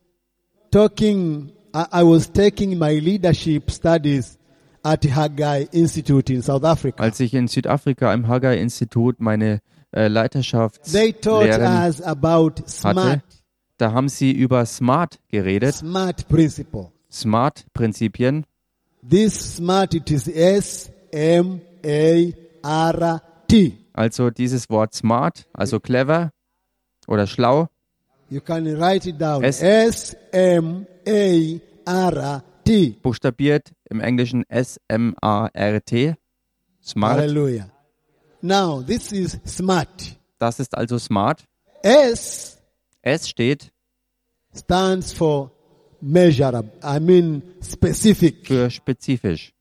Speaker 1: talking, I, I was taking my leadership studies at Haggai Institute in South Africa.
Speaker 2: Als ich in Südafrika im Haggai-Institut meine äh,
Speaker 1: They taught
Speaker 2: Leiterschaftslehren
Speaker 1: us about smart,
Speaker 2: hatte, da haben sie über Smart geredet,
Speaker 1: smart principle.
Speaker 2: Smart-Prinzipien.
Speaker 1: This smart, it is S M A R T.
Speaker 2: Also dieses Wort Smart, also clever oder schlau,
Speaker 1: You can write it down.
Speaker 2: S-
Speaker 1: S M A R T.
Speaker 2: buchstabiert im Englischen S-M-A-R-T. Smart.
Speaker 1: Hallelujah. Now, this is smart.
Speaker 2: Das ist also Smart.
Speaker 1: S
Speaker 2: S steht
Speaker 1: stands for measurable, I mean specific.
Speaker 2: für spezifisch.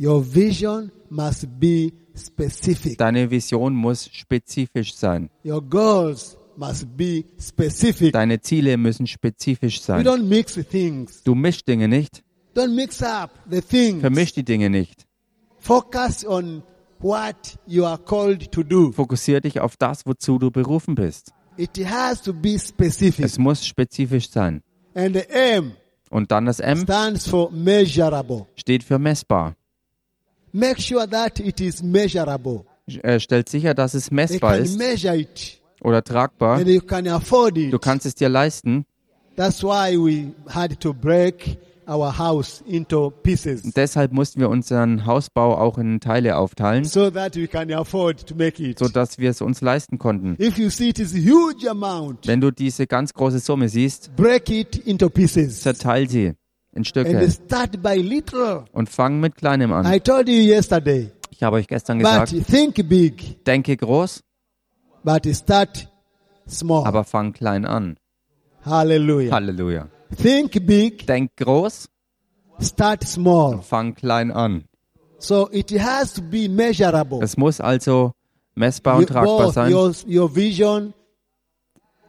Speaker 1: Your vision must be specific.
Speaker 2: Deine Vision muss spezifisch sein.
Speaker 1: Your goals must be specific.
Speaker 2: Deine Ziele müssen spezifisch
Speaker 1: You
Speaker 2: sein.
Speaker 1: don't mix things.
Speaker 2: Du mischst Dinge nicht,
Speaker 1: Don't mix up the things.
Speaker 2: vermisch die Dinge nicht.
Speaker 1: Focus on what you are called to do.
Speaker 2: Fokussier dich auf das, wozu du berufen bist.
Speaker 1: It has to be specific.
Speaker 2: Es muss spezifisch sein.
Speaker 1: And the M
Speaker 2: Und dann das M
Speaker 1: stands for measurable.
Speaker 2: steht für messbar.
Speaker 1: Make sure that it is measurable.
Speaker 2: Äh, stellt sicher, dass es
Speaker 1: They
Speaker 2: messbar
Speaker 1: can
Speaker 2: ist
Speaker 1: measure it
Speaker 2: oder tragbar.
Speaker 1: and you can afford it.
Speaker 2: Du kannst es dir leisten.
Speaker 1: That's why we had to break our house into pieces
Speaker 2: Und deshalb mussten wir unseren Hausbau auch in Teile aufteilen,
Speaker 1: so that we can afford to make it.
Speaker 2: sodass wir es uns leisten konnten.
Speaker 1: If you see it is a huge amount,
Speaker 2: Wenn du diese ganz große Summe siehst,
Speaker 1: break it into pieces
Speaker 2: zerteil sie in
Speaker 1: and
Speaker 2: Stücke
Speaker 1: start by little.
Speaker 2: und fang mit Kleinem an.
Speaker 1: I told you yesterday,
Speaker 2: Ich habe euch gestern
Speaker 1: but
Speaker 2: gesagt,
Speaker 1: think big,
Speaker 2: denke groß,
Speaker 1: but start small.
Speaker 2: aber fang klein an.
Speaker 1: Hallelujah.
Speaker 2: Halleluja.
Speaker 1: Think big,
Speaker 2: Denk groß,
Speaker 1: start small.
Speaker 2: fang klein an.
Speaker 1: So it has to be measurable.
Speaker 2: Es muss also messbar
Speaker 1: You-
Speaker 2: und tragbar
Speaker 1: both
Speaker 2: sein.
Speaker 1: your, your vision,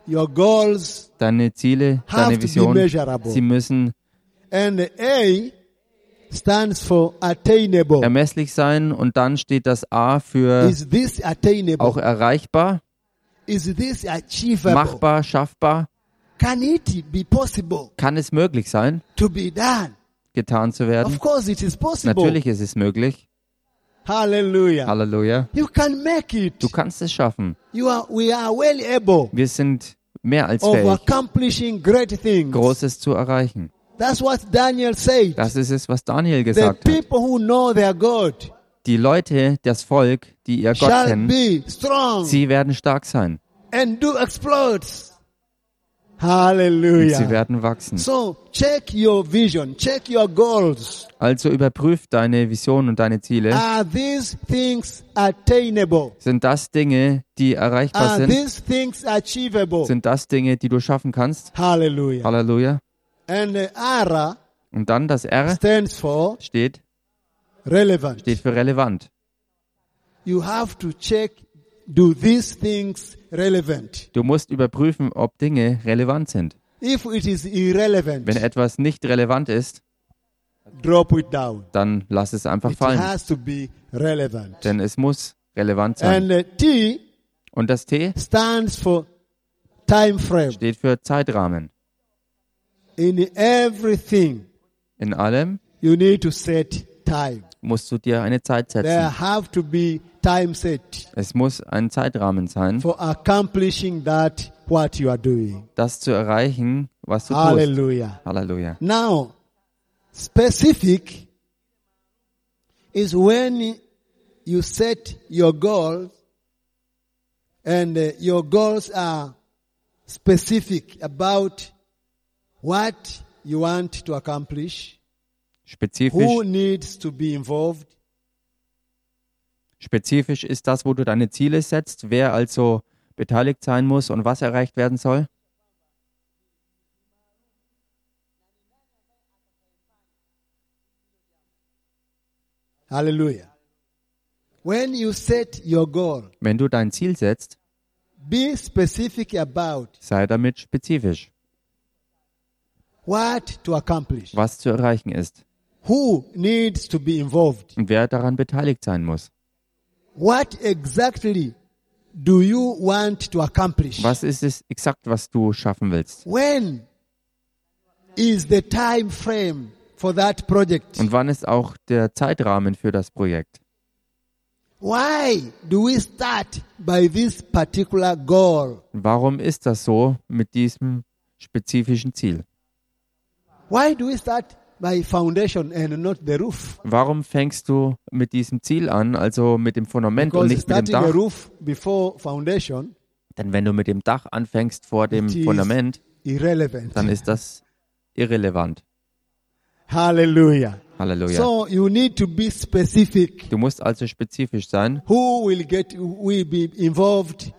Speaker 1: your goals,
Speaker 2: Deine Ziele,
Speaker 1: Have to
Speaker 2: deine
Speaker 1: be
Speaker 2: Vision,
Speaker 1: measurable.
Speaker 2: sie müssen
Speaker 1: and A stands for attainable.
Speaker 2: ermesslich sein und dann steht das A für
Speaker 1: Is this
Speaker 2: auch
Speaker 1: attainable?
Speaker 2: erreichbar,
Speaker 1: Is this achievable?
Speaker 2: machbar, schaffbar.
Speaker 1: Can it be possible
Speaker 2: Kann es möglich sein,
Speaker 1: to be done?
Speaker 2: getan zu werden?
Speaker 1: Of course, it is possible.
Speaker 2: Natürlich ist es möglich.
Speaker 1: Hallelujah.
Speaker 2: Halleluja.
Speaker 1: You can make it.
Speaker 2: Du kannst es schaffen.
Speaker 1: You are, we are well able
Speaker 2: Wir sind mehr als
Speaker 1: of
Speaker 2: fähig,
Speaker 1: accomplishing great things.
Speaker 2: Großes zu erreichen.
Speaker 1: That's what Daniel said.
Speaker 2: Das ist es, was Daniel
Speaker 1: the
Speaker 2: gesagt hat.
Speaker 1: people who know their God
Speaker 2: Die Leute, das Volk, die ihr Gott
Speaker 1: shall
Speaker 2: kennen,
Speaker 1: be strong
Speaker 2: sie werden stark sein.
Speaker 1: and do exploits.
Speaker 2: Und
Speaker 1: Hallelujah.
Speaker 2: sie werden wachsen.
Speaker 1: So check your vision, check your goals.
Speaker 2: Also überprüf deine Vision und deine Ziele.
Speaker 1: Are these things attainable?
Speaker 2: Sind das Dinge, die erreichbar
Speaker 1: Are
Speaker 2: sind?
Speaker 1: these things achievable?
Speaker 2: Sind das Dinge, die du schaffen kannst?
Speaker 1: Hallelujah.
Speaker 2: Halleluja.
Speaker 1: And the ARA
Speaker 2: Und dann das R
Speaker 1: stands for
Speaker 2: steht,
Speaker 1: relevant.
Speaker 2: steht für relevant.
Speaker 1: You have to check do these things relevant?
Speaker 2: Du musst überprüfen, ob Dinge relevant sind.
Speaker 1: If it is
Speaker 2: Wenn
Speaker 1: irrelevant,
Speaker 2: etwas nicht relevant ist,
Speaker 1: drop it down.
Speaker 2: dann lass es einfach
Speaker 1: It
Speaker 2: fallen.
Speaker 1: has to be relevant.
Speaker 2: Denn es muss relevant sein.
Speaker 1: And the T
Speaker 2: Und das T
Speaker 1: stands for time frame.
Speaker 2: steht für Zeitrahmen.
Speaker 1: In everything,
Speaker 2: In allem
Speaker 1: you need to set time.
Speaker 2: musst du dir eine Zeit
Speaker 1: There
Speaker 2: setzen.
Speaker 1: have to be time set
Speaker 2: Es muss ein Zeitrahmen sein,
Speaker 1: for accomplishing that what you are doing.
Speaker 2: das zu erreichen, was du tust.
Speaker 1: Hallelujah.
Speaker 2: Halleluja.
Speaker 1: Now, specific is when you set your goals and uh, your goals are specific about what you want to accomplish, who
Speaker 2: Spezifisch,
Speaker 1: needs to be involved,
Speaker 2: spezifisch ist das, wo du deine Ziele setzt, wer also beteiligt sein muss und was erreicht werden soll.
Speaker 1: Hallelujah. When you set your goal,
Speaker 2: Wenn du dein Ziel setzt,
Speaker 1: be specific about
Speaker 2: sei damit spezifisch,
Speaker 1: what to accomplish,
Speaker 2: was zu erreichen ist
Speaker 1: who needs to be involved,
Speaker 2: und wer daran beteiligt sein muss.
Speaker 1: what exactly do you want to accomplish,
Speaker 2: Was ist es exakt, was du schaffen willst?
Speaker 1: when, is the time frame for that project?
Speaker 2: Und wann ist auch der Zeitrahmen für das Projekt?
Speaker 1: Why do we start by this particular goal?
Speaker 2: Warum ist das so mit diesem spezifischen Ziel?
Speaker 1: Why do we start by foundation and not the roof?
Speaker 2: Warum fängst du mit diesem Ziel an, also mit dem Fundament und
Speaker 1: Because
Speaker 2: nicht mit dem
Speaker 1: starting a
Speaker 2: Dach?
Speaker 1: roof before foundation
Speaker 2: Denn wenn du mit dem Dach anfängst vor dem
Speaker 1: It is-
Speaker 2: Fundament,
Speaker 1: irrelevant.
Speaker 2: dann ist das irrelevant.
Speaker 1: Hallelujah.
Speaker 2: Halleluja.
Speaker 1: So you need to be specific.
Speaker 2: Du musst also spezifisch sein.
Speaker 1: Who will get will be involved?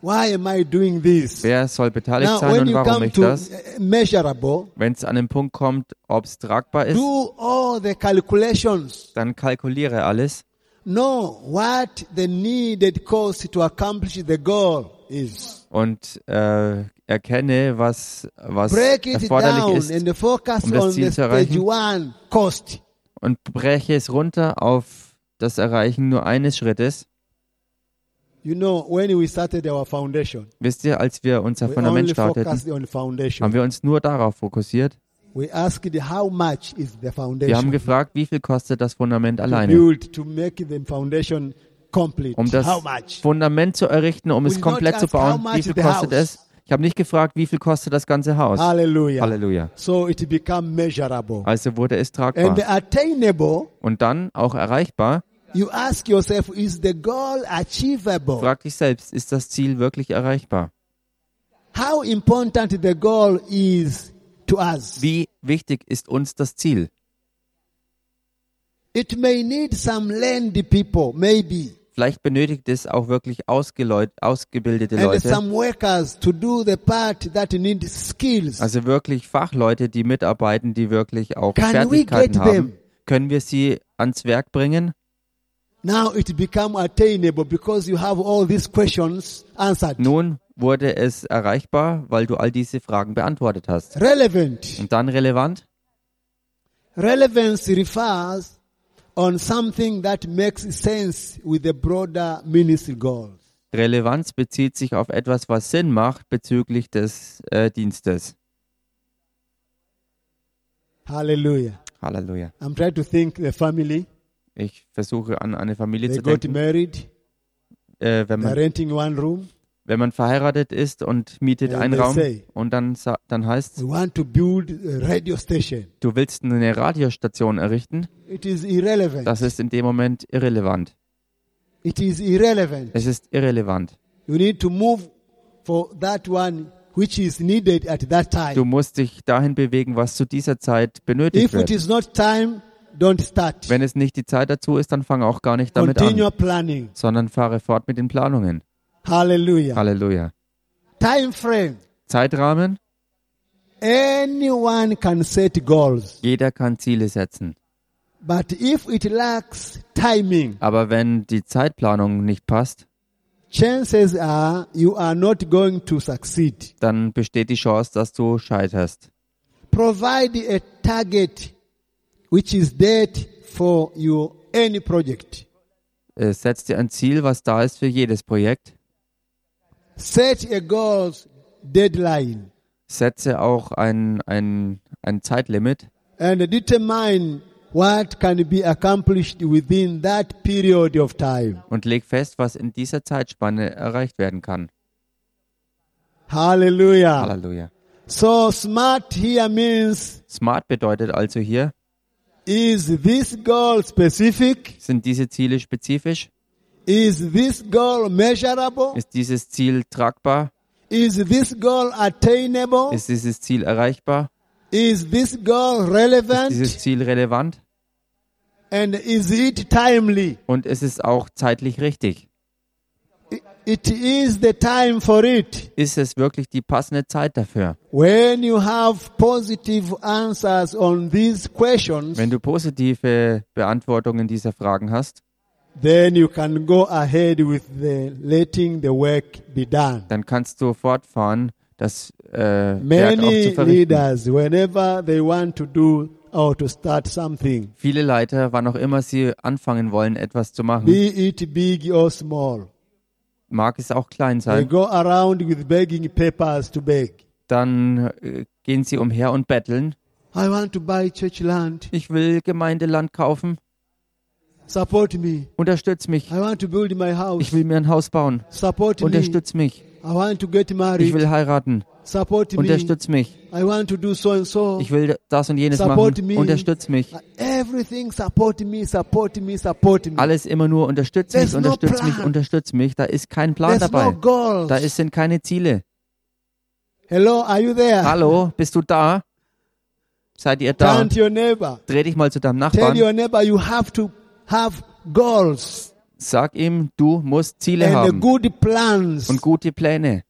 Speaker 1: Why am I doing this?
Speaker 2: Wer soll beteiligt
Speaker 1: Now
Speaker 2: sein
Speaker 1: when
Speaker 2: und
Speaker 1: you
Speaker 2: warum
Speaker 1: come
Speaker 2: ich
Speaker 1: to
Speaker 2: das?
Speaker 1: uh, measurable,
Speaker 2: Wenn es an den Punkt kommt, ob es tragbar ist,
Speaker 1: do all the calculations.
Speaker 2: dann kalkuliere alles.
Speaker 1: Know what the needed cost to accomplish the goal is.
Speaker 2: und äh, erkenne, was, was
Speaker 1: Break it
Speaker 2: erforderlich
Speaker 1: down
Speaker 2: ist
Speaker 1: and focus
Speaker 2: um das
Speaker 1: on
Speaker 2: Ziel
Speaker 1: the
Speaker 2: zu
Speaker 1: stage
Speaker 2: erreichen.
Speaker 1: one cost.
Speaker 2: und breche es runter auf das Erreichen nur eines Schrittes.
Speaker 1: You know, when we started our foundation,
Speaker 2: Wisst ihr, als wir unser
Speaker 1: we
Speaker 2: Fundament
Speaker 1: only
Speaker 2: starteten,
Speaker 1: focused on foundation.
Speaker 2: haben wir uns nur darauf fokussiert.
Speaker 1: We asked how much is the
Speaker 2: Wir haben
Speaker 1: foundation
Speaker 2: gefragt, wie viel kostet das Fundament
Speaker 1: to
Speaker 2: alleine?
Speaker 1: build to make the foundation complete.
Speaker 2: Um
Speaker 1: how
Speaker 2: das
Speaker 1: much?
Speaker 2: Fundament zu errichten, um
Speaker 1: We
Speaker 2: es
Speaker 1: did not
Speaker 2: komplett zu
Speaker 1: ask how
Speaker 2: bauen,
Speaker 1: much
Speaker 2: wie viel
Speaker 1: the
Speaker 2: kostet
Speaker 1: house.
Speaker 2: es? Ich habe nicht gefragt, wie viel kostet das ganze Haus.
Speaker 1: Hallelujah.
Speaker 2: Halleluja.
Speaker 1: So it become measurable
Speaker 2: Also wurde es
Speaker 1: and
Speaker 2: tragbar.
Speaker 1: attainable.
Speaker 2: Und dann auch erreichbar.
Speaker 1: You ask yourself, is the goal achievable?
Speaker 2: Frag dich selbst, ist das Ziel wirklich erreichbar?
Speaker 1: How important the goal is to us.
Speaker 2: Wie wichtig ist uns das Ziel?
Speaker 1: It may need some landy people, maybe,
Speaker 2: Vielleicht benötigt es auch wirklich ausgeleut- ausgebildete
Speaker 1: and
Speaker 2: Leute,
Speaker 1: some workers to do the part that needs skills.
Speaker 2: also wirklich Fachleute, die mitarbeiten, die wirklich auch
Speaker 1: Can we
Speaker 2: Fertigkeiten
Speaker 1: get
Speaker 2: haben.
Speaker 1: them?
Speaker 2: Können wir sie ans Werk bringen?
Speaker 1: Now it become attainable because you have all these questions answered.
Speaker 2: Nun wurde es erreichbar, weil du all diese Fragen beantwortet hast.
Speaker 1: Relevant.
Speaker 2: Und dann relevant?
Speaker 1: Relevance refers on something that makes sense with the broader ministry goals.
Speaker 2: Relevanz bezieht sich auf etwas, was Sinn macht bezüglich des äh, Dienstes.
Speaker 1: Hallelujah.
Speaker 2: Halleluja.
Speaker 1: I'm trying to think the family.
Speaker 2: Ich versuche an eine Familie
Speaker 1: They
Speaker 2: zu
Speaker 1: got
Speaker 2: denken,
Speaker 1: married.
Speaker 2: äh, wenn,
Speaker 1: They're
Speaker 2: man,
Speaker 1: renting one room.
Speaker 2: wenn man verheiratet ist und mietet
Speaker 1: And
Speaker 2: einen
Speaker 1: they
Speaker 2: Raum
Speaker 1: say-
Speaker 2: und dann, sa- dann heißt
Speaker 1: They want to build a radio station.
Speaker 2: du willst eine Radiostation errichten,
Speaker 1: It is irrelevant.
Speaker 2: das ist in dem Moment irrelevant.
Speaker 1: it is irrelevant.
Speaker 2: Es ist irrelevant.
Speaker 1: You need to move for that one which is needed at that time.
Speaker 2: Du musst dich dahin bewegen, was zu dieser Zeit benötigt
Speaker 1: If it
Speaker 2: wird.
Speaker 1: is not time, don't start.
Speaker 2: Wenn es nicht die Zeit dazu ist, dann fang auch gar nicht damit
Speaker 1: Continue
Speaker 2: an,
Speaker 1: planning.
Speaker 2: sondern fahre fort mit den Planungen.
Speaker 1: Hallelujah.
Speaker 2: Halleluja.
Speaker 1: time frame.
Speaker 2: Zeitrahmen,
Speaker 1: Anyone can set goals,
Speaker 2: jeder kann Ziele setzen.
Speaker 1: but if it lacks timing,
Speaker 2: Aber wenn die Zeitplanung nicht passt,
Speaker 1: chances are you are not going to succeed.
Speaker 2: dann besteht die Chance, dass du scheiterst.
Speaker 1: Provide a target which is dead for your any project.
Speaker 2: Äh, Setz dir ein Ziel, was da ist für jedes Projekt.
Speaker 1: Set a goals deadline
Speaker 2: Setze auch ein, ein, ein Zeitlimit,
Speaker 1: and determine what can be accomplished within that period of time.
Speaker 2: und leg fest, was in dieser Zeitspanne erreicht werden kann.
Speaker 1: Hallelujah.
Speaker 2: Halleluja.
Speaker 1: So smart here means
Speaker 2: Smart bedeutet also hier,
Speaker 1: Is this goal specific?
Speaker 2: sind diese Ziele spezifisch?
Speaker 1: Is this goal measurable?
Speaker 2: Ist dieses Ziel tragbar?
Speaker 1: Is this goal attainable?
Speaker 2: Ist dieses Ziel erreichbar?
Speaker 1: Is this goal
Speaker 2: Ist dieses
Speaker 1: relevant?
Speaker 2: Ziel relevant?
Speaker 1: And is it timely?
Speaker 2: Und ist es auch zeitlich richtig?
Speaker 1: I- It is the time for it.
Speaker 2: Ist es wirklich die passende Zeit dafür?
Speaker 1: When you have positive answers on these questions,
Speaker 2: Wenn du positive Beantwortungen dieser Fragen hast,
Speaker 1: then you can go ahead with the letting the work be done.
Speaker 2: dann kannst du fortfahren, das äh, Werk auch zu
Speaker 1: Many
Speaker 2: verrichten.
Speaker 1: leaders, whenever they want to do or to start something,
Speaker 2: Viele Leiter, wann auch immer sie anfangen wollen, etwas zu machen,
Speaker 1: be it big or small.
Speaker 2: mag es auch klein
Speaker 1: They
Speaker 2: sein.
Speaker 1: go around with begging papers to beg.
Speaker 2: dann äh, gehen sie umher und betteln.
Speaker 1: I want to buy church land.
Speaker 2: Ich will Gemeindeland kaufen,
Speaker 1: Support me.
Speaker 2: unterstütz mich.
Speaker 1: I want to build my house.
Speaker 2: Ich will mir ein Haus bauen,
Speaker 1: Support me.
Speaker 2: unterstütz mich.
Speaker 1: I want to get
Speaker 2: Ich
Speaker 1: married.
Speaker 2: will heiraten,
Speaker 1: Support me.
Speaker 2: unterstütz mich.
Speaker 1: I want to do so and so.
Speaker 2: Ich will das und jenes
Speaker 1: Support
Speaker 2: machen,
Speaker 1: me.
Speaker 2: unterstütz mich.
Speaker 1: Everything support me, support me, support me.
Speaker 2: Alles immer nur unterstütz
Speaker 1: There's
Speaker 2: mich,
Speaker 1: no
Speaker 2: unterstütz mich,
Speaker 1: plan.
Speaker 2: unterstütz mich. Da ist kein Plan
Speaker 1: There's no
Speaker 2: dabei.
Speaker 1: goals.
Speaker 2: Da ist, sind keine Ziele.
Speaker 1: Hello, are you there?
Speaker 2: Hallo, bist du da? Seid ihr da?
Speaker 1: Turn to your neighbor.
Speaker 2: Dreh dich mal zu deinem
Speaker 1: Tell
Speaker 2: Nachbarn.
Speaker 1: your neighbor you have to have goals
Speaker 2: Sag ihm, du musst Ziele
Speaker 1: and
Speaker 2: haben
Speaker 1: good plans
Speaker 2: und gute Pläne,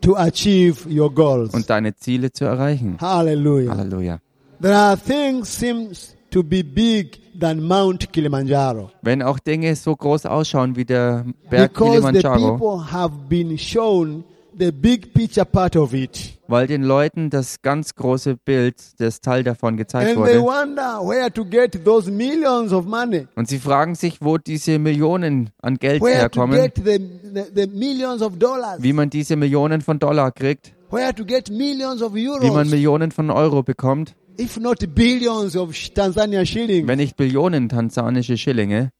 Speaker 1: to achieve your goals.
Speaker 2: um deine Ziele zu erreichen.
Speaker 1: Hallelujah.
Speaker 2: Halleluja.
Speaker 1: There are things seems to be big than Mount Kilimanjaro
Speaker 2: Wenn auch Dinge so groß ausschauen wie der Berg
Speaker 1: because the
Speaker 2: Kilimanjaro,
Speaker 1: people have been shown the big picture part of it.
Speaker 2: weil den Leuten das ganz große Bild, das Teil davon gezeigt
Speaker 1: And they
Speaker 2: wurde.
Speaker 1: wonder where to get those millions of money.
Speaker 2: Und sie fragen sich, wo diese Millionen an Geld
Speaker 1: Where to
Speaker 2: herkommen,
Speaker 1: get the, the, the millions of dollars.
Speaker 2: wie man diese Millionen von Dollar kriegt,
Speaker 1: Where to get millions of
Speaker 2: wie man
Speaker 1: euros.
Speaker 2: Millionen von Euro bekommt,
Speaker 1: If not billions of sh- Tanzania shillings.
Speaker 2: wenn nicht Billionen tansanische Schillinge,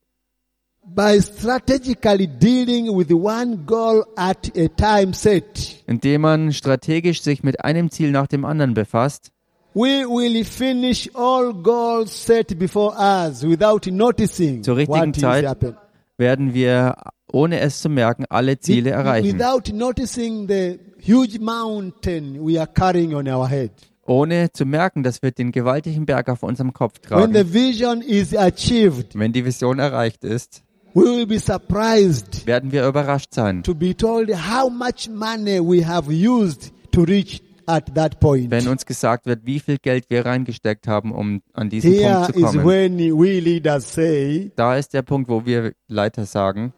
Speaker 1: by strategically dealing with one goal at a time set,
Speaker 2: indem man strategisch sich mit einem Ziel nach dem anderen befasst.
Speaker 1: we will finish all goals set before us without noticing
Speaker 2: Zur richtigen
Speaker 1: what
Speaker 2: Zeit
Speaker 1: is happening.
Speaker 2: werden wir, ohne es zu merken, alle Ziele erreichen.
Speaker 1: Without noticing the huge mountain we are carrying on our head.
Speaker 2: Ohne zu merken, dass wir den gewaltigen Berg auf unserem Kopf
Speaker 1: When the
Speaker 2: tragen.
Speaker 1: vision is achieved,
Speaker 2: Wenn die Vision erreicht ist,
Speaker 1: we will be surprised
Speaker 2: werden wir überrascht sein,
Speaker 1: to be told how much money we have used to reach at that point.
Speaker 2: wenn uns gesagt wird, wie viel Geld wir reingesteckt haben, um an diesen
Speaker 1: Here
Speaker 2: Punkt zu
Speaker 1: is
Speaker 2: kommen.
Speaker 1: when we leaders say,
Speaker 2: Da ist der Punkt, wo wir Leiter sagen,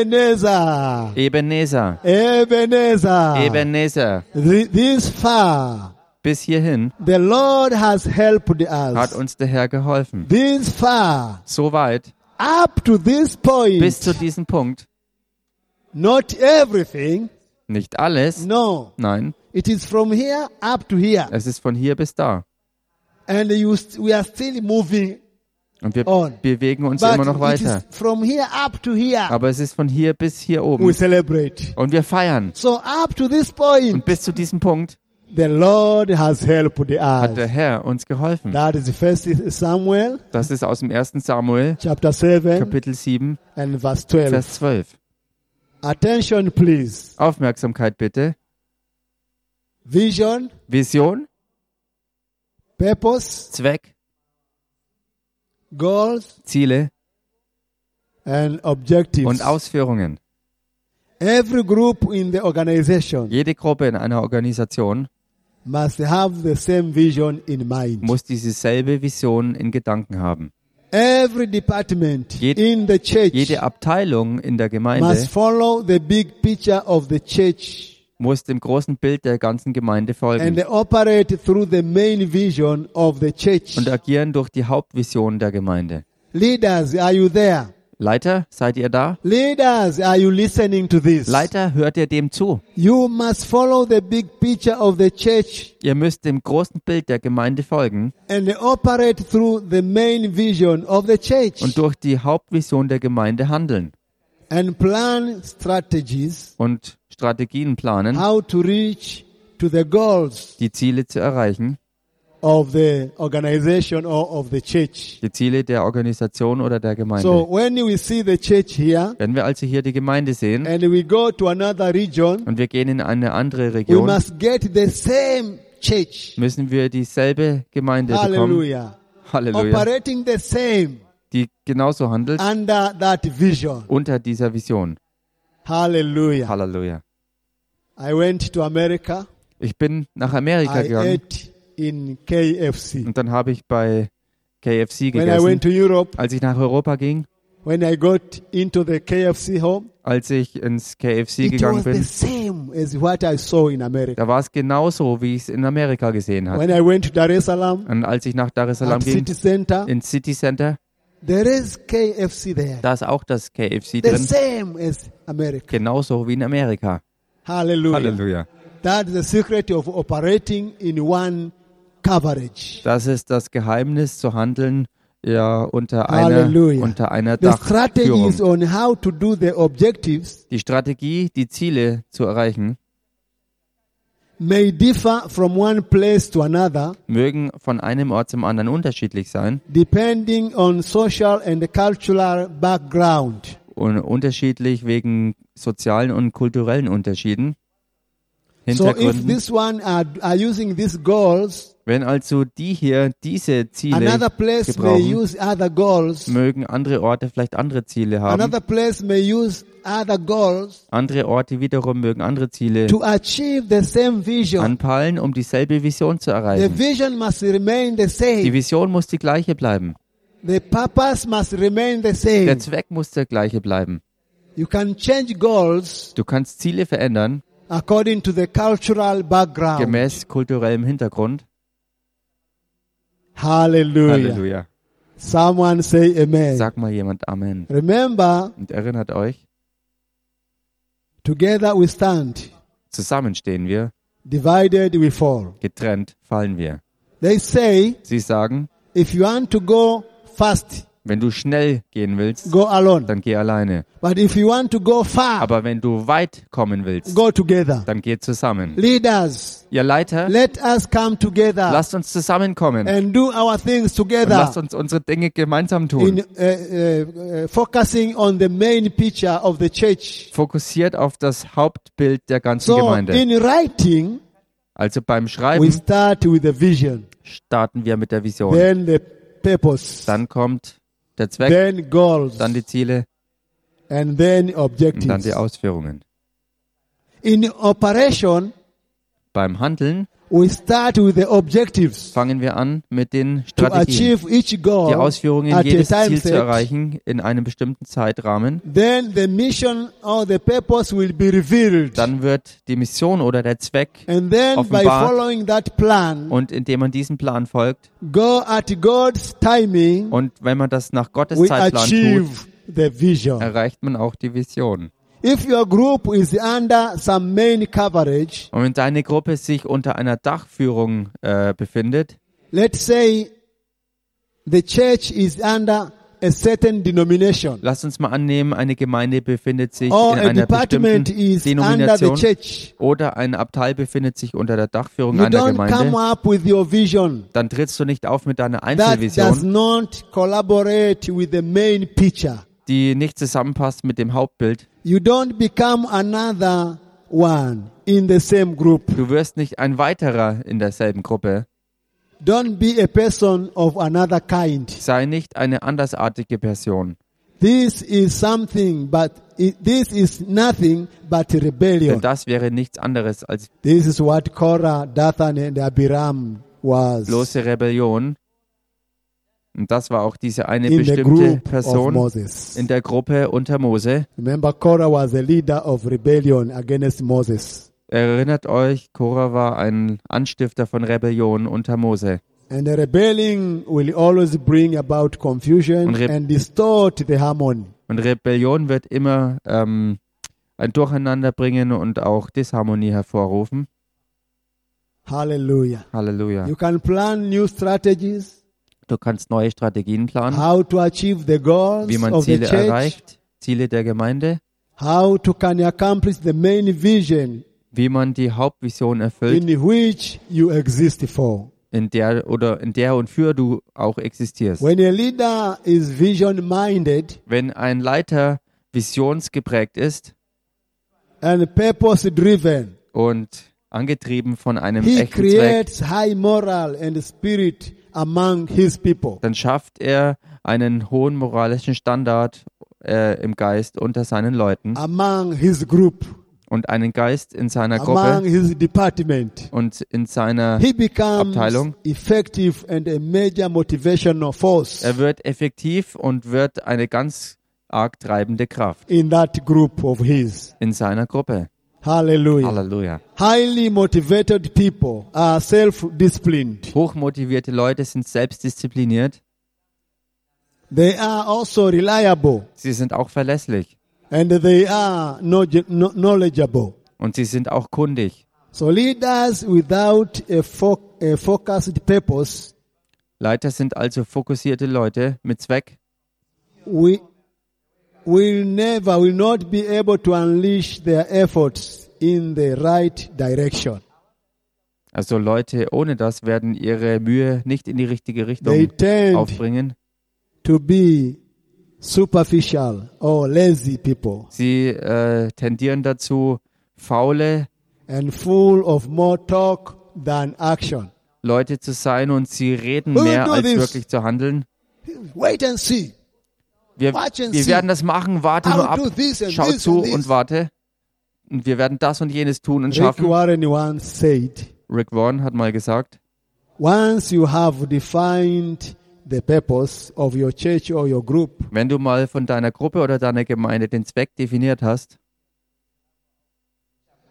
Speaker 1: Ebenezer.
Speaker 2: Ebenezer,
Speaker 1: Ebenezer.
Speaker 2: Ebenezer,
Speaker 1: Th- This far,
Speaker 2: bis hierhin
Speaker 1: the Lord has helped
Speaker 2: hat
Speaker 1: us.
Speaker 2: uns der Herr geholfen.
Speaker 1: This far,
Speaker 2: So weit,
Speaker 1: up to this
Speaker 2: bis zu
Speaker 1: point,
Speaker 2: diesem Punkt.
Speaker 1: not everything.
Speaker 2: Nicht alles,
Speaker 1: No,
Speaker 2: nein,
Speaker 1: it is from here up to here,
Speaker 2: es ist von hier bis da.
Speaker 1: and you st- we are still moving.
Speaker 2: Und wir
Speaker 1: On.
Speaker 2: bewegen uns
Speaker 1: But
Speaker 2: immer noch
Speaker 1: it is
Speaker 2: weiter.
Speaker 1: from here up to here
Speaker 2: Aber es ist von hier bis hier
Speaker 1: we
Speaker 2: oben.
Speaker 1: celebrate.
Speaker 2: Und wir feiern.
Speaker 1: So up to this
Speaker 2: Und
Speaker 1: point,
Speaker 2: bis zu diesem Punkt
Speaker 1: the Lord has helped
Speaker 2: hat er der
Speaker 1: us.
Speaker 2: Herr uns geholfen.
Speaker 1: That is First Samuel
Speaker 2: Das ist aus dem 1. Samuel,
Speaker 1: chapter seven
Speaker 2: Kapitel 7,
Speaker 1: and verse twelve.
Speaker 2: Vers 12.
Speaker 1: Attention, please.
Speaker 2: Aufmerksamkeit bitte.
Speaker 1: Vision,
Speaker 2: Vision,
Speaker 1: purpose,
Speaker 2: Zweck,
Speaker 1: goals,
Speaker 2: Ziele
Speaker 1: and objectives.
Speaker 2: und Ausführungen.
Speaker 1: Every group in the organization
Speaker 2: Jede Gruppe in einer Organisation
Speaker 1: must have the same vision in mind.
Speaker 2: muss dieselbe Vision in Gedanken haben.
Speaker 1: Every department
Speaker 2: Jed-
Speaker 1: in the church
Speaker 2: Jede Abteilung in der Gemeinde
Speaker 1: must follow the big picture of the church
Speaker 2: muss dem großen Bild der ganzen Gemeinde folgen
Speaker 1: and operate through the main vision of the church.
Speaker 2: und agieren durch die Hauptvision der Gemeinde.
Speaker 1: Leaders, are you there?
Speaker 2: Leiter, seid ihr da?
Speaker 1: Leaders, are you listening to this?
Speaker 2: Leiter, hört ihr dem zu?
Speaker 1: You must follow the big picture of the church
Speaker 2: Ihr müsst dem großen Bild der Gemeinde folgen
Speaker 1: and operate through the main vision of the church
Speaker 2: und durch die Hauptvision der Gemeinde handeln
Speaker 1: and plan strategies
Speaker 2: und Strategien planen,
Speaker 1: how to reach to the goals
Speaker 2: die Ziele zu erreichen,
Speaker 1: of the organization or of the church.
Speaker 2: die Ziele der Organisation oder der
Speaker 1: So
Speaker 2: Gemeinde.
Speaker 1: when we see the church here
Speaker 2: Wenn wir also hier die Gemeinde sehen
Speaker 1: and we go to another region,
Speaker 2: und wir gehen in eine andere
Speaker 1: we
Speaker 2: Region,
Speaker 1: must get the same church.
Speaker 2: müssen wir dieselbe Gemeinde bekommen.
Speaker 1: Hallelujah.
Speaker 2: Halleluja.
Speaker 1: Operating the same
Speaker 2: Die genauso handelt
Speaker 1: under that vision.
Speaker 2: unter dieser Vision.
Speaker 1: Hallelujah.
Speaker 2: Halleluja.
Speaker 1: I went to America.
Speaker 2: Ich bin nach Amerika
Speaker 1: I
Speaker 2: gegangen
Speaker 1: ate in KFC.
Speaker 2: und dann habe ich bei KFC
Speaker 1: When I
Speaker 2: gegessen.
Speaker 1: went to Europe,
Speaker 2: Als ich nach Europa ging,
Speaker 1: when I got into the KFC home,
Speaker 2: als ich ins KFC
Speaker 1: it
Speaker 2: gegangen
Speaker 1: was the
Speaker 2: bin,
Speaker 1: same as what I saw in America.
Speaker 2: da war es genauso, wie ich es in Amerika gesehen habe.
Speaker 1: When I went to Dar es Salaam,
Speaker 2: Und als ich nach Dar es Salaam
Speaker 1: at
Speaker 2: ging,
Speaker 1: city center,
Speaker 2: ins City Center,
Speaker 1: there is KFC there.
Speaker 2: da ist auch das KFC
Speaker 1: The
Speaker 2: drin.
Speaker 1: same as America.
Speaker 2: Genauso wie in Amerika.
Speaker 1: Hallelujah.
Speaker 2: Halleluja.
Speaker 1: That is the secret of operating in one coverage.
Speaker 2: Das ist das Geheimnis zu handeln, ja, unter
Speaker 1: Halleluja.
Speaker 2: einer, unter einer
Speaker 1: The strategy
Speaker 2: Dachführung.
Speaker 1: is on how to do the objectives
Speaker 2: Die Strategie, die Ziele zu erreichen,
Speaker 1: may differ from one place to another
Speaker 2: mögen von einem Ort zum anderen unterschiedlich sein
Speaker 1: depending on social and cultural background.
Speaker 2: und unterschiedlich wegen sozialen und kulturellen Unterschieden.
Speaker 1: So if
Speaker 2: Hintergründen.
Speaker 1: this one are, are using these goals,
Speaker 2: Wenn also die hier diese Ziele
Speaker 1: another place may
Speaker 2: gebrauchen,
Speaker 1: use other goals.
Speaker 2: mögen andere Orte vielleicht andere Ziele haben.
Speaker 1: Another place may use other goals
Speaker 2: Andere Orte wiederum mögen andere Ziele
Speaker 1: to achieve the same vision.
Speaker 2: anpeilen, um dieselbe Vision zu
Speaker 1: The
Speaker 2: erreichen.
Speaker 1: vision must remain the
Speaker 2: Die
Speaker 1: same.
Speaker 2: Vision muss die gleiche bleiben.
Speaker 1: The purpose must remain the
Speaker 2: Der
Speaker 1: same.
Speaker 2: Zweck muss der gleiche bleiben.
Speaker 1: You can change goals
Speaker 2: Du kannst Ziele verändern,
Speaker 1: according to the cultural background.
Speaker 2: gemäß kulturellem Hintergrund.
Speaker 1: Hallelujah.
Speaker 2: Halleluja.
Speaker 1: Someone say amen.
Speaker 2: Sag mal jemand Amen.
Speaker 1: Remember,
Speaker 2: Und erinnert euch,
Speaker 1: together we stand,
Speaker 2: zusammen stehen wir,
Speaker 1: divided we fall.
Speaker 2: getrennt fallen wir.
Speaker 1: They say,
Speaker 2: Sie sagen,
Speaker 1: if you want to go fast,
Speaker 2: wenn du schnell gehen willst,
Speaker 1: go alone.
Speaker 2: dann geh alleine.
Speaker 1: But if you want to go far,
Speaker 2: Aber wenn du weit kommen willst,
Speaker 1: go together.
Speaker 2: dann geh zusammen.
Speaker 1: Leaders,
Speaker 2: Ihr Leiter,
Speaker 1: Let us come together
Speaker 2: lasst uns zusammenkommen und
Speaker 1: and do our things together
Speaker 2: lasst uns unsere Dinge gemeinsam
Speaker 1: in
Speaker 2: tun.
Speaker 1: uh, uh, uh, focusing on the main picture of the church.
Speaker 2: Fokussiert auf das Hauptbild der ganzen
Speaker 1: So
Speaker 2: Gemeinde.
Speaker 1: in writing,
Speaker 2: Also beim
Speaker 1: we
Speaker 2: Schreiben
Speaker 1: start with the vision,
Speaker 2: starten wir mit der Vision.
Speaker 1: then the purpose,
Speaker 2: Dann kommt der Zweck,
Speaker 1: then goals,
Speaker 2: dann die Ziele
Speaker 1: and then
Speaker 2: und dann
Speaker 1: objectives.
Speaker 2: die Ausführungen.
Speaker 1: In operation,
Speaker 2: Beim Handeln
Speaker 1: we start with the objectives
Speaker 2: fangen wir an mit den
Speaker 1: to
Speaker 2: Strategien.
Speaker 1: achieve each goal
Speaker 2: die Ausführungen
Speaker 1: at a
Speaker 2: jedes
Speaker 1: time
Speaker 2: Ziel zu
Speaker 1: set.
Speaker 2: erreichen in einem bestimmten Zeitrahmen,
Speaker 1: Then the mission or the purpose will be revealed.
Speaker 2: dann wird die Mission oder der Zweck
Speaker 1: And then by
Speaker 2: offenbart.
Speaker 1: following that plan,
Speaker 2: und indem man diesem Plan folgt
Speaker 1: go at God's timing,
Speaker 2: und wenn man das nach Gottes
Speaker 1: we
Speaker 2: Zeitplan tut, Er-
Speaker 1: achieve the vision.
Speaker 2: erreicht man auch die Vision.
Speaker 1: If your group is under some main coverage,
Speaker 2: Und wenn deine Gruppe sich unter einer Dachführung äh, befindet,
Speaker 1: let's say the church is under a certain denomination,
Speaker 2: lasst uns mal annehmen, eine Gemeinde befindet sich
Speaker 1: or
Speaker 2: in
Speaker 1: a
Speaker 2: einer
Speaker 1: department
Speaker 2: bestimmten
Speaker 1: is under the
Speaker 2: Denomination
Speaker 1: church.
Speaker 2: oder ein Abteil befindet sich unter der Dachführung
Speaker 1: You
Speaker 2: einer
Speaker 1: don't come
Speaker 2: Gemeinde,
Speaker 1: up with your vision
Speaker 2: dann trittst du nicht auf mit deiner
Speaker 1: that does
Speaker 2: Einzelvision,
Speaker 1: not collaborate with the main picture.
Speaker 2: die nicht zusammenpasst mit dem Hauptbild
Speaker 1: You don't become another one in the same group.
Speaker 2: Du wirst nicht ein weiterer in derselben Gruppe.
Speaker 1: Don't be a person of another kind.
Speaker 2: Sei nicht eine andersartige Person.
Speaker 1: This is something, but it, this is nothing but
Speaker 2: Denn
Speaker 1: rebellion.
Speaker 2: das wäre nichts anderes als
Speaker 1: This is what Korah, Dathan, and Abiram was
Speaker 2: bloße Rebellion. Und das war auch diese eine
Speaker 1: in the
Speaker 2: bestimmte
Speaker 1: group of
Speaker 2: Person
Speaker 1: Moses.
Speaker 2: in der Gruppe unter Mose.
Speaker 1: Remember, Korah was a leader of rebellion against Moses,
Speaker 2: Erinnert euch, Korah war ein Anstifter von Rebellion unter Mose.
Speaker 1: and the rebelling will always bring about confusion
Speaker 2: Und Re-
Speaker 1: and distort the harmony.
Speaker 2: Und Rebellion wird immer ähm, ein Durcheinander bringen und auch Disharmonie hervorrufen.
Speaker 1: Hallelujah.
Speaker 2: Halleluja.
Speaker 1: You can plan new strategies,
Speaker 2: Du kannst neue Strategien planen,
Speaker 1: how to achieve the goals
Speaker 2: wie man
Speaker 1: of the
Speaker 2: Ziele
Speaker 1: church,
Speaker 2: erreicht, Ziele der Gemeinde.
Speaker 1: how to can accomplish the main vision
Speaker 2: wie man die Hauptvision erfüllt,
Speaker 1: in which you exist for.
Speaker 2: in der oder in der und für du auch existierst.
Speaker 1: When a leader is vision minded
Speaker 2: Wenn ein Leiter visionsgeprägt ist
Speaker 1: and purpose driven,
Speaker 2: und angetrieben von einem
Speaker 1: he
Speaker 2: echten Zweck,
Speaker 1: creates high moral and spirit among his people.
Speaker 2: dann schafft er einen hohen moralischen Standard äh, im Geist unter seinen Leuten
Speaker 1: Ah. Among his group,
Speaker 2: und einen Geist in seiner
Speaker 1: among
Speaker 2: Gruppe
Speaker 1: his department,
Speaker 2: und in seiner
Speaker 1: he becomes
Speaker 2: Abteilung.
Speaker 1: effective and a major motivational force
Speaker 2: er wird effektiv und wird eine ganz arg treibende Kraft
Speaker 1: in that group of his.
Speaker 2: in seiner Gruppe.
Speaker 1: Hallelujah.
Speaker 2: Halleluja.
Speaker 1: Highly motivated people are self disciplined.
Speaker 2: Hochmotivierte Leute sind selbstdiszipliniert
Speaker 1: They are also reliable
Speaker 2: sie sind auch verlässlich
Speaker 1: and they are knowledge- kno- knowledgeable.
Speaker 2: und sie sind auch kundig.
Speaker 1: So leaders without a, fo- a focused purpose
Speaker 2: Leiter sind also fokussierte Leute mit Zweck.
Speaker 1: we will never will not be able to unleash their efforts in the right direction.
Speaker 2: Also Leute ohne das werden ihre Mühe nicht in die richtige
Speaker 1: They
Speaker 2: Richtung
Speaker 1: tend
Speaker 2: aufbringen.
Speaker 1: to be superficial or lazy people
Speaker 2: Sie äh, tendieren dazu, faule
Speaker 1: and full of more talk than action.
Speaker 2: Leute zu sein und sie reden
Speaker 1: We will
Speaker 2: mehr
Speaker 1: do
Speaker 2: als
Speaker 1: this.
Speaker 2: wirklich zu handeln.
Speaker 1: Wait and see.
Speaker 2: Wir,
Speaker 1: Watch and
Speaker 2: wir
Speaker 1: see.
Speaker 2: werden das machen, warte
Speaker 1: I will
Speaker 2: nur ab,
Speaker 1: do this and
Speaker 2: schau
Speaker 1: this
Speaker 2: zu
Speaker 1: and this.
Speaker 2: und warte. Und wir werden das und jenes tun und
Speaker 1: Rick
Speaker 2: schaffen.
Speaker 1: Warren once said,
Speaker 2: Rick Warren hat mal gesagt,
Speaker 1: once you have defined the purpose of your church or your group,
Speaker 2: wenn du mal von deiner Gruppe oder deiner Gemeinde den Zweck definiert hast,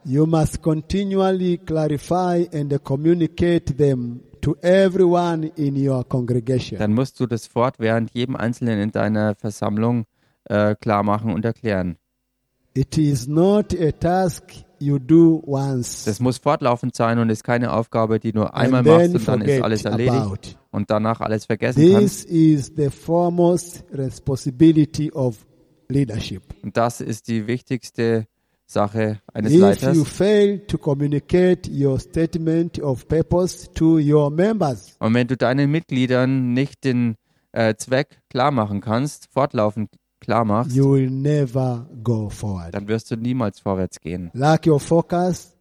Speaker 1: You must continually clarify and communicate them to everyone in your congregation.
Speaker 2: dann musst du das fortwährend jedem Einzelnen in deiner Versammlung äh, klar machen und erklären.
Speaker 1: It is not a task you do once
Speaker 2: Das muss fortlaufend sein und ist keine Aufgabe, die nur
Speaker 1: and
Speaker 2: einmal
Speaker 1: then
Speaker 2: machst und dann ist
Speaker 1: forget
Speaker 2: alles erledigt
Speaker 1: about.
Speaker 2: und danach alles vergessen kannst.
Speaker 1: This is the foremost responsibility of leadership.
Speaker 2: Und das ist die wichtigste Sache eines
Speaker 1: If you
Speaker 2: Leiters.
Speaker 1: fail to communicate your statement of purpose to your members,
Speaker 2: Und wenn du deinen Mitgliedern nicht den äh, Zweck klar machen kannst, fortlaufend klar machst,
Speaker 1: you will never go forward.
Speaker 2: dann wirst du niemals vorwärts gehen.
Speaker 1: Lack your focus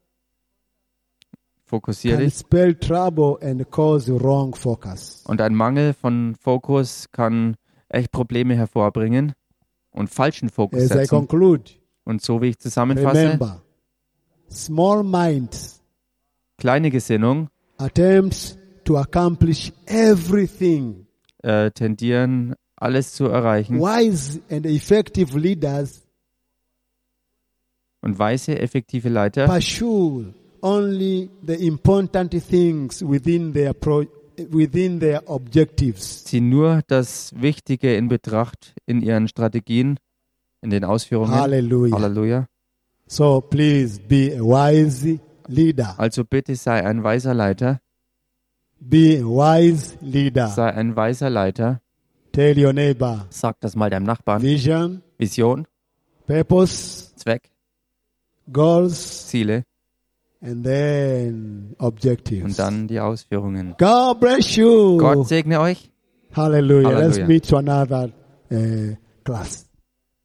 Speaker 2: Fokussier
Speaker 1: can
Speaker 2: dich.
Speaker 1: spell trouble and cause wrong focus.
Speaker 2: Und ein Mangel von Fokus kann echt Probleme hervorbringen und falschen Fokus
Speaker 1: As I
Speaker 2: setzen.
Speaker 1: conclude,
Speaker 2: Und so wie ich zusammenfasse,
Speaker 1: remember, small minds
Speaker 2: kleine Gesinnung
Speaker 1: attempts to accomplish everything.
Speaker 2: äh, tendieren, alles zu erreichen.
Speaker 1: Wise and effective leaders
Speaker 2: Und weise, effektive Leiter
Speaker 1: pursue only the important things within their pro- within their objectives.
Speaker 2: ziehen nur das Wichtige in Betracht in ihren Strategien, in den Ausführungen.
Speaker 1: Hallelujah.
Speaker 2: Halleluja.
Speaker 1: So please be a wise leader.
Speaker 2: Also bitte sei ein weiser Leiter,
Speaker 1: Be a wise leader.
Speaker 2: sei ein weiser Leiter.
Speaker 1: Tell your neighbor
Speaker 2: Sag das mal deinem Nachbarn.
Speaker 1: vision,
Speaker 2: Vision,
Speaker 1: purpose,
Speaker 2: Zweck,
Speaker 1: goals,
Speaker 2: Ziele
Speaker 1: and then objectives.
Speaker 2: und dann die Ausführungen.
Speaker 1: God bless you.
Speaker 2: Gott segne euch.
Speaker 1: Hallelujah. Let's
Speaker 2: Hallelujah.
Speaker 1: meet to another uh, class.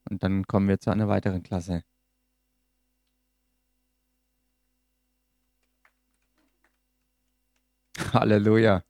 Speaker 2: Und dann kommen wir zu einer weiteren Klasse. Halleluja.